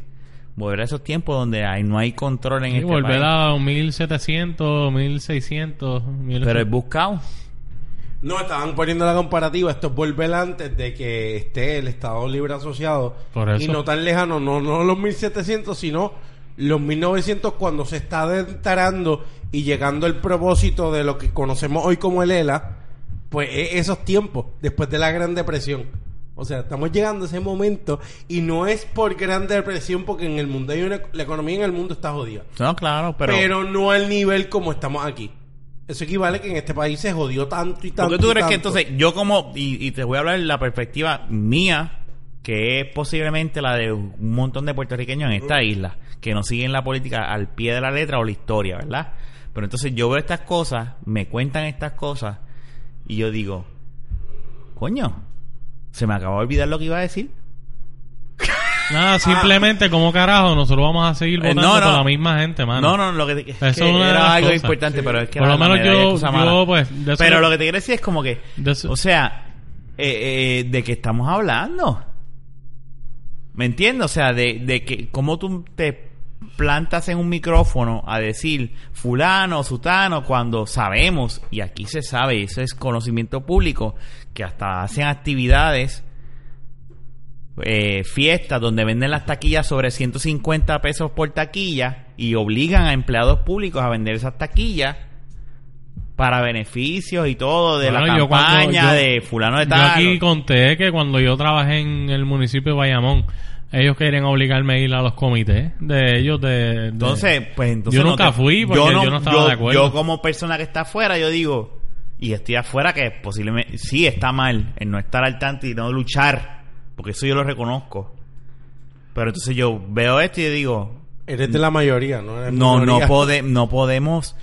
S2: volver a esos tiempos donde hay, no hay control en
S3: Y
S2: este
S3: volver
S2: país.
S3: a 1700, 1600, 1800.
S2: Pero es buscado.
S1: No, estaban poniendo la comparativa. Esto es volver antes de que esté el Estado Libre Asociado.
S3: Por eso.
S1: Y no tan lejano, no, no los 1700, sino los 1900 cuando se está adentrando y llegando el propósito de lo que conocemos hoy como el ELA, pues e- esos tiempos, después de la Gran Depresión. O sea, estamos llegando a ese momento y no es por Gran Depresión porque en el mundo hay una, la economía en el mundo está jodida
S2: No, claro,
S1: pero, no al nivel como estamos aquí. Eso equivale que en este país se jodió tanto y tanto.
S2: Porque tú
S1: y
S2: crees que
S1: tanto.
S2: entonces yo como, y, y te voy a hablar de la perspectiva mía, que es posiblemente la de un montón de puertorriqueños en esta isla, que no siguen la política al pie de la letra o la historia, ¿verdad? Pero entonces yo veo estas cosas, me cuentan estas cosas, y yo digo, coño, se me acabó de olvidar lo que iba a decir.
S3: Nada, simplemente como carajo, nosotros vamos a seguir
S2: Ah. Eh,
S3: votando
S2: no, no.
S3: por la misma gente, mano.
S2: No, no, no, lo que, te- es
S3: Eso
S2: que
S3: es una de las
S2: era algo
S3: cosas.
S2: importante,
S3: Sí.
S2: pero es que
S3: Por
S2: era
S3: lo
S2: la
S3: menos
S2: medalla
S3: yo-
S2: que usa mala.
S3: yo, pues, de eso
S2: pero
S3: no-
S2: lo que te quiero decir es como que,
S3: De eso-
S2: o sea, eh, eh, ¿de qué estamos hablando? ¿Me entiendes? O sea, de, de que cómo tú te plantas en un micrófono a decir fulano, sutano, cuando sabemos, y aquí se sabe, y eso es conocimiento público, que hasta hacen actividades, eh, fiestas donde venden las taquillas sobre 150 pesos por taquilla y obligan a empleados públicos a vender esas taquillas para beneficios y todo de
S3: Bueno,
S2: la
S3: yo cuando-
S2: campaña
S3: yo-
S2: de fulano de
S3: Yo
S2: tal.
S3: aquí conté que cuando yo trabajé en el municipio de Bayamón, ellos querían obligarme a ir a los comités de ellos de... de-
S2: Entonces, pues entonces.
S3: Yo nunca
S2: te-
S3: fui porque yo no estaba de acuerdo.
S2: Yo, como persona que está afuera, yo digo, y estoy afuera, que posiblemente sí está mal en no estar al tanto y no luchar, porque eso yo lo reconozco. Pero entonces yo veo esto y yo digo,
S1: Eres de la mayoría, ¿no? Eres
S2: no, no,
S1: minoría.
S2: pode- no podemos,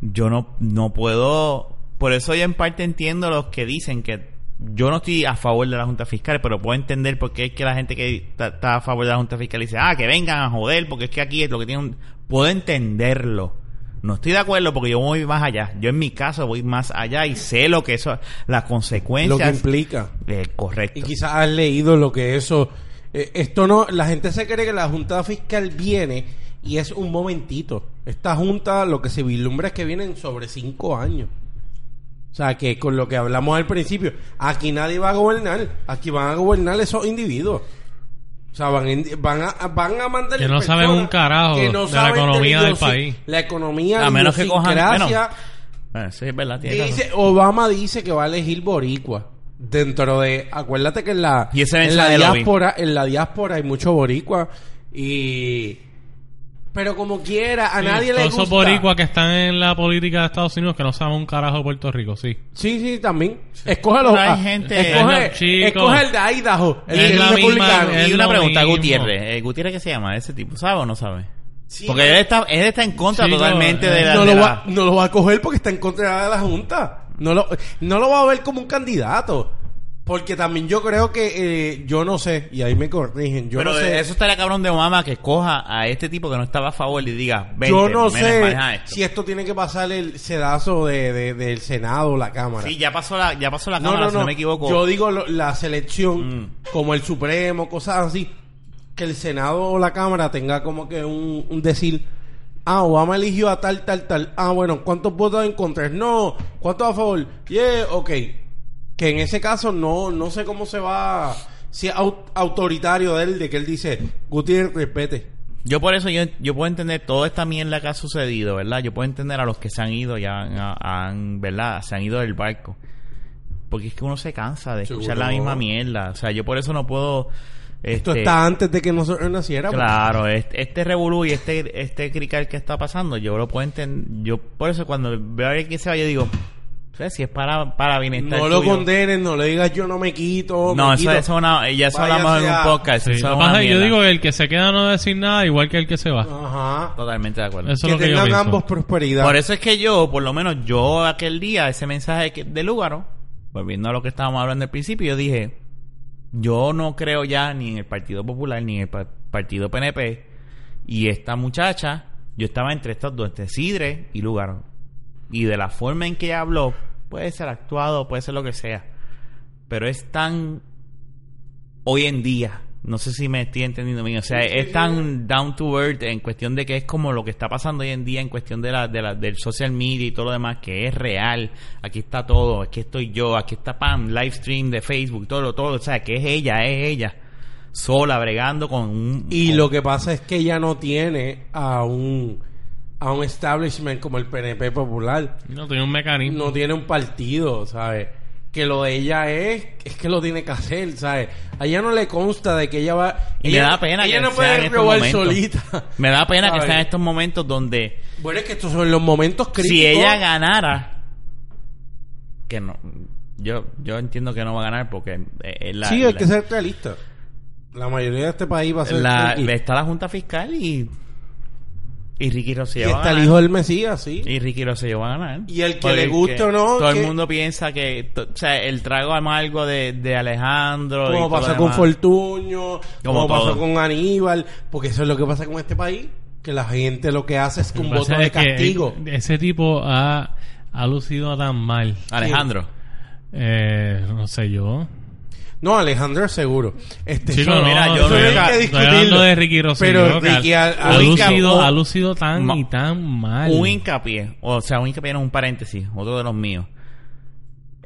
S2: yo no, no puedo. Por eso yo en parte entiendo los que dicen que yo no estoy a favor de la Junta Fiscal, pero puedo entender por qué es que la gente que está, está a favor de la Junta Fiscal dice, ah, que vengan a joder, porque es que aquí es lo que tiene un... Puedo entenderlo. No estoy de acuerdo porque yo voy más allá. Yo en mi caso voy más allá y sé lo que eso, las
S1: Lo que
S2: consecuencias.
S1: implica.
S2: Eh, correcto.
S1: Y quizás has leído lo que eso. eh, esto no. La gente se cree que la Junta Fiscal viene y es un momentito. Esta Junta lo que se vislumbra es que vienen sobre cinco años. O sea, que con lo que hablamos al principio, aquí nadie va a gobernar. Aquí van a gobernar esos individuos. O sea, van, en- van, a, van a mandar.
S3: Que no
S1: personas
S3: saben un carajo de la economía del
S1: idiosi-
S3: país.
S1: La economía,
S2: A menos que cojan-
S1: idiosincrasia,
S2: Bueno, Ah, sí, es verdad, tiene razón.
S1: Dice, Obama dice que va a elegir boricua dentro de acuérdate que en la
S2: Y ese
S1: en la
S2: mensaje lo vi.
S1: diáspora en la diáspora hay mucho boricua y pero como quiera a
S3: Sí,
S1: nadie le
S3: todos
S1: gusta
S3: esos boricuas que están en la política de Estados Unidos que no saben un carajo de Puerto Rico, sí.
S1: sí sí también escoge los
S2: Pero hay
S1: ah,
S2: gente-
S3: Es
S1: escoge,
S3: la- chicos.
S1: escoge el de Idaho el,
S3: Es
S1: el
S3: la misma-
S1: republicano
S3: es
S2: Y una
S3: lo
S2: pregunta,
S3: mismo.
S2: Gutiérrez. Eh, ¿Gutiérrez qué se llama? ¿Ese tipo sabe o no sabe?
S1: Sí,
S2: Porque él está, él está en contra
S3: Chico,
S2: totalmente de la...
S1: no eh,
S2: de
S1: lo,
S2: la-
S1: va, no lo va a coger porque está en contra de la Junta. No lo, no lo va a ver como un candidato. Porque también yo creo que eh, yo no sé, y ahí me corrigen, yo
S2: pero
S1: no sé.
S2: eso estaría cabrón de Obama que coja a este tipo que no estaba a favor y diga, vente,
S1: yo no
S2: mira,
S1: sé
S2: maneja esto".
S1: si esto tiene que pasar el sedazo de, de- del Senado o la Cámara.
S2: Sí, ya pasó la, ya pasó la
S1: no,
S2: cámara,
S1: no,
S2: si no
S1: no.
S2: me equivoco.
S1: Yo digo lo- la selección,
S2: Mm.
S1: como el Supremo, cosas así. Que el Senado o la Cámara tenga como que un, un decir. Ah, Obama eligió a tal, tal, tal. Ah, bueno, ¿cuántos votos en contra? No. ¿Cuántos a favor? Yeah, ok. Que en ese caso no, no sé cómo se va. Si es au- autoritario de él, de que él dice, Gutiérrez, respete.
S2: Yo por eso, yo, yo puedo entender toda esta mierda que ha sucedido, ¿verdad? Yo puedo entender a los que se han ido, ya han, han- ¿verdad? Se han ido del barco. Porque es que uno se cansa de escuchar
S1: Seguro.
S2: la misma mierda. O sea, yo por eso no puedo...
S1: Esto
S2: este,
S1: está antes de que nosotros naciéramos.
S2: Claro, este, este revolú y este, este crical que está pasando, yo lo puedo entender. Yo, por eso, cuando veo a alguien que se va, yo digo, "Pues, si es para, para bienestar.
S1: No lo
S2: tuyo".
S1: condenes, no le digas yo no me quito.
S2: No,
S1: me
S2: eso,
S1: quito.
S2: eso es una. Ya eso
S1: Váyase
S2: hablamos en un
S1: a-
S2: podcast.
S3: Sí,
S2: eso es
S3: lo que
S2: una
S3: pasa es que yo
S2: mierda.
S3: digo que el que se queda no debe decir nada igual que el que se va.
S1: Ajá.
S2: Totalmente de acuerdo.
S3: Eso
S1: que
S3: es lo que yo
S1: tengan
S3: pienso.
S1: ambos prosperidad.
S2: Por eso es que yo, por lo menos yo aquel día, ese mensaje que- de Lugaro, volviendo a lo que estábamos hablando al principio, yo dije, yo no creo ya ni en el Partido Popular ni en el pa- Partido PNP. Y esta muchacha, yo estaba entre estos dos, entre Sidre y Lugaro. Y de la forma en que ella habló, puede ser actuado, puede ser lo que sea. Pero es tan hoy en día. No sé si me estoy entendiendo bien. O sea, es tan down to earth en cuestión de que es como lo que está pasando hoy en día en cuestión de la, de la, del social media y todo lo demás, que es real. Aquí está todo. Aquí estoy yo. Aquí está Pam, live stream de Facebook, todo, todo. O sea, que es ella, es ella. Sola, bregando con un...
S1: Y
S2: con-
S1: lo que pasa es que ella no tiene a un a un establishment como el PNP popular.
S3: No tiene un mecanismo.
S1: No tiene un partido, ¿sabes? Que lo de ella es es que lo tiene que hacer, ¿sabes? A ella no le consta de que ella va
S2: Y
S1: ella,
S2: me da pena
S1: ella
S2: que
S1: no
S2: sea en
S1: puede
S2: estos
S1: robar
S2: momentos.
S1: solita.
S2: Me da pena que
S1: ¿Sabes?
S2: sean estos momentos donde...
S1: Bueno, es que estos son los momentos críticos.
S2: si ella ganara que no yo yo entiendo que no va a ganar porque eh, eh, la,
S1: sí, hay
S2: la-
S1: que ser realista. La mayoría de este país va a ser
S2: la-
S1: y,
S2: está la junta fiscal y y Ricky
S1: y
S2: Rosselló va a
S1: está el
S2: ganar.
S1: hijo del Mesías, sí.
S2: y Ricky Rosselló va a ganar
S1: Y el que
S2: Porque
S1: le guste o no,
S2: todo
S1: que-
S2: el mundo piensa que to- o sea el trago amargo de, de Alejandro y
S1: Como
S2: todo lo
S1: pasó con
S2: demás.
S1: Fortuño, como,
S2: Como
S1: pasó
S2: todo.
S1: con Aníbal, porque eso es lo que pasa con este país, que la gente lo que hace es que
S3: Lo
S1: un
S3: que
S1: voto
S3: pasa
S1: de
S3: es que
S1: castigo.
S3: e- Ese tipo ha, ha lucido tan mal.
S2: Alejandro
S3: Eh, no sé yo.
S1: No, Alejandro seguro. Este,
S3: Chico,
S1: eso-
S3: no,
S2: mira, yo
S1: eso
S2: no-
S1: hay
S2: estoy
S1: que
S3: Estoy
S1: discutirlo.
S3: hablando de Ricky Rosselló.
S1: Pero
S3: que
S1: Ricky
S3: ha,
S1: al-
S3: ha
S1: al-
S3: lucido,
S1: acabó-
S3: ha lucido tan
S2: Ma-
S3: y tan mal.
S2: Un hincapié, o sea, un hincapié no un paréntesis, otro de los míos.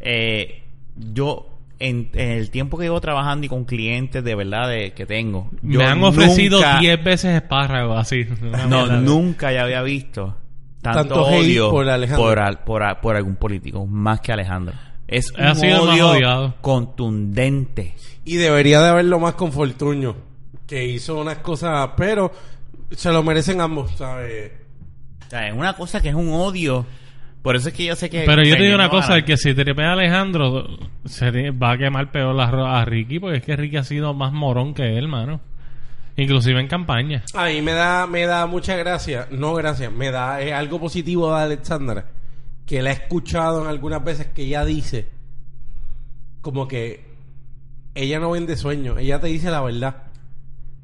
S2: Eh, yo, en, en el tiempo que llevo trabajando y con clientes de verdad de, que tengo, yo
S3: Me han ofrecido
S2: nunca-
S3: 10 veces espárragos así. Una
S2: No,
S3: mierda.
S2: nunca ya había visto tanto,
S1: Tanto hate
S2: odio
S1: por
S2: por,
S1: Alejandro.
S2: al- por al- por algún político, más que Alejandro. Es
S3: Ha
S2: un
S3: sido el más
S2: odio
S3: odiado.
S2: contundente.
S1: Y debería de haberlo más con Fortuño, que hizo unas cosas, pero se lo merecen ambos, ¿sabes?
S2: O sea, es una cosa que es un odio. Por eso es que yo sé que...
S3: Pero yo te
S2: Peña
S3: digo una
S2: no
S3: cosa,
S2: gana.
S3: el que si te pega Alejandro, se te- va a quemar peor la ro- a Ricky, porque es que Ricky ha sido más morón que él, mano. Inclusive en campaña.
S1: A mí me da, me da mucha gracia, no gracias, me da eh, algo positivo de Alexandra, que la he escuchado en algunas veces que ella dice, como que ella no vende sueños, ella te dice la verdad.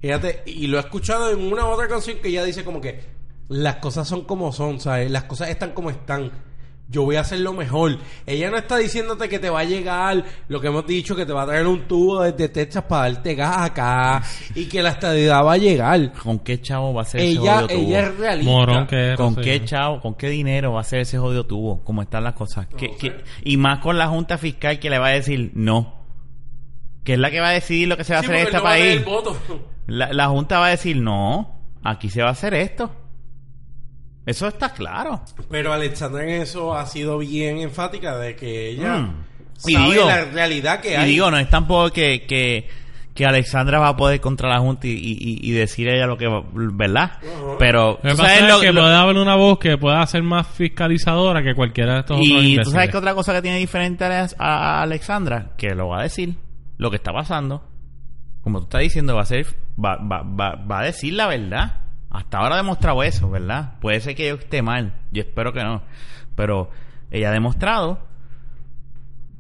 S1: Ella te- y lo he escuchado en una u otra canción que ella dice como que las cosas son como son, ¿sabes? Las cosas están como están. Yo voy a hacer lo mejor. Ella no está diciéndote que te va a llegar lo que hemos dicho, que te va a traer un tubo desde Texas para darte gas acá y que la estadidad va a llegar
S2: ¿Con qué chavo va a ser ese
S1: ella,
S2: odio tubo?
S1: ella es realista.
S3: Este Morón que era.
S2: ¿Con
S3: sí.
S2: qué chavo, con qué dinero va a ser ese jodido tubo? ¿Cómo están las cosas? ¿Qué- qué- y más con la Junta Fiscal que le va a decir no. Que es la que va a decidir lo que se va a
S1: Sí,
S2: hacer en
S1: porque
S2: este
S1: no va a
S2: país.
S1: tener voto.
S2: La, la Junta va a decir, no, aquí se va a hacer esto. Eso está claro.
S1: Pero Alexandra en eso ha sido bien enfática de que ella
S2: Mm. Y
S1: sabe
S2: digo-
S1: la realidad que
S2: Y
S1: hay.
S2: digo, no es tampoco que, que, que Alexandra va a poder contra la Junta y, y- y decir ella lo que... va- ¿Verdad?
S1: Ujú.
S2: Pero...
S3: Lo que
S2: tú
S3: pasa
S2: sabes
S3: es
S2: lo-
S3: que
S2: lo-
S3: puede haber una voz que pueda ser más fiscalizadora que cualquiera de estos otros
S2: Y tú
S3: imbéciles.
S2: sabes que otra cosa que tiene diferente a, la- a- a Alexandra, que lo va a decir, lo que está pasando, como tú estás diciendo, va a ser, va, va- va- va a decir la verdad. Hasta ahora ha demostrado eso, ¿verdad? Puede ser que yo esté mal, yo espero que no, pero ella ha demostrado.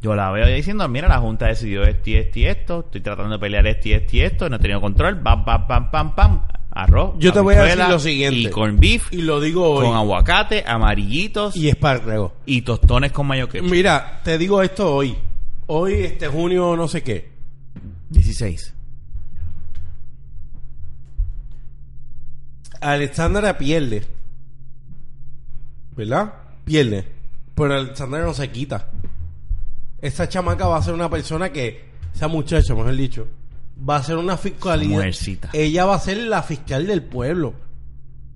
S2: Yo la veo diciendo, mira, la Junta decidió esto y esto y esto, estoy tratando de pelear esto y esto y esto, no he tenido control, pam, pam, pam, pam, pam, arroz.
S1: Yo te voy a decir
S2: habichuela
S1: lo siguiente.
S2: Y con beef,
S1: Y lo digo hoy.
S2: con aguacate, amarillitos
S1: y espárrago.
S2: y tostones con mayo ketchup.
S1: Mira, te digo esto hoy. Hoy, este junio, no sé qué.
S2: 16.
S1: Alexandra pierde. ¿Verdad? Pierde. Pero Alexandra no se quita. Esa chamaca va a ser una persona que, esa muchacha, mejor dicho, va a ser una fiscalía.
S2: Mujercita.
S1: Ella va a ser la fiscal del pueblo.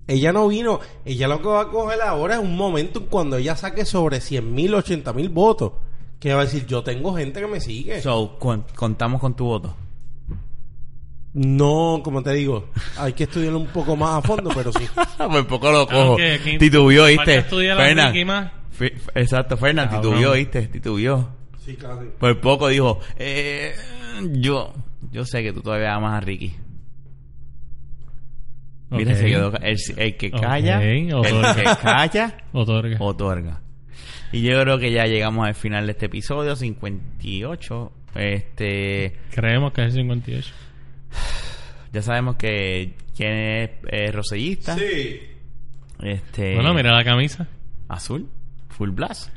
S1: Ella no vino. Ella lo que va a coger ahora es un momento cuando ella saque sobre 100 mil, 80 mil votos. Que va a decir, yo tengo gente que me sigue.
S2: So, con- contamos con tu voto.
S1: no, como te digo, hay que estudiarlo un poco más a fondo, pero sí.
S2: Por Ah, pues, poco lo
S3: Claro
S2: cojo.
S3: que aquí-
S2: Titubió,
S3: ¿para qué
S2: ¿viste?
S3: estudia la
S2: Fernan.
S3: Ricky más?
S2: Fe- fe- Exacto, Fernan,
S3: Cabrón.
S2: titubió, ¿viste? Titubió.
S1: Sí, casi.
S2: Por poco dijo, eh, yo, yo sé que tú todavía amas a Ricky. Mira,
S3: Ok.
S2: se quedó, ca- el, el que
S3: Ok,
S2: calla,
S3: otorga.
S2: el que calla,
S3: Otorga.
S2: otorga. Y yo creo que ya llegamos al final de este episodio 58. Este,
S3: Creemos que es el 58.
S2: ya sabemos que quién es, eh, rosellista.
S1: Sí.
S2: Este,
S3: Bueno, mira la camisa.
S2: Azul. Full blast.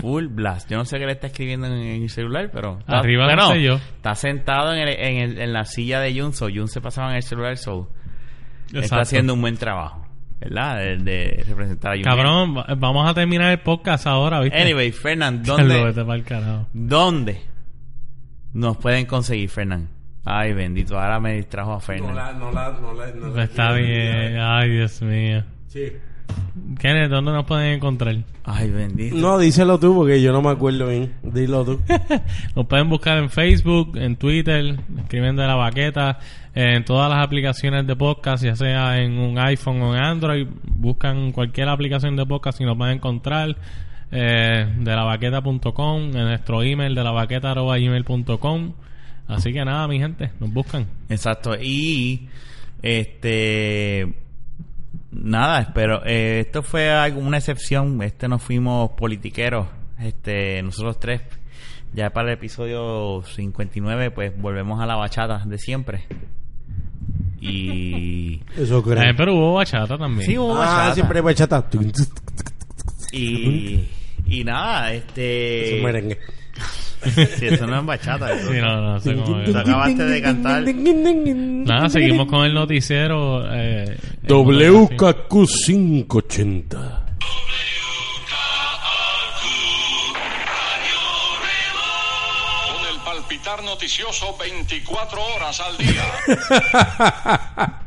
S2: Full blast. Yo no sé qué le está escribiendo en, en el celular, pero...
S3: Arriba
S2: Bueno,
S3: no sé yo.
S2: Está sentado en, el- en, el- en la silla de Jun, so Jun se pasaba en el celular, so... Está
S3: Exacto.
S2: haciendo un buen trabajo, ¿verdad? De, de representar a Jun.
S3: Cabrón, va- vamos a terminar el podcast ahora, ¿viste?
S2: Anyway, Fernand,
S3: Lo
S2: ¿dónde,
S3: vete pa'l carajo.
S2: ¿dónde nos pueden conseguir, Fernand? Ay, bendito, ahora me distrajo a
S1: No
S2: Fernand.
S1: la, no la, no la, no la-
S3: Está
S1: no la-
S3: bien. Ay, Dios mío.
S1: Sí.
S3: Kenneth, ¿dónde nos pueden encontrar?
S2: Ay, bendito.
S1: No, díselo tú porque yo no me acuerdo bien. Dilo tú.
S3: Nos pueden buscar en Facebook, en Twitter, escribiendo de la baqueta, en todas las aplicaciones de podcast, ya sea en un iPhone o en Android. Buscan cualquier aplicación de podcast y nos van a encontrar. Eh, de la baqueta.com, en nuestro email de la baqueta.com. Así que nada, mi gente, nos buscan.
S2: Exacto. Y este nada, espero. eh, esto fue alguna excepción. Este nos fuimos politiqueros. Este, nosotros tres. Ya para el episodio 59, pues volvemos a la bachata de siempre. Y.
S1: Eso creo.
S3: Eh, pero hubo bachata también.
S2: Sí, hubo
S1: ah,
S2: bachata.
S1: siempre bachata.
S2: Y. Y nada, este.
S1: Eso merengue.
S2: Sí, eso no es bachata. eso.
S3: Sí, no, no sé cómo es.
S2: Te acabaste de cantar.
S3: Nada, seguimos con el noticiero. Eh,
S1: WKQ580.
S4: Con el palpitar noticioso 24 horas al día.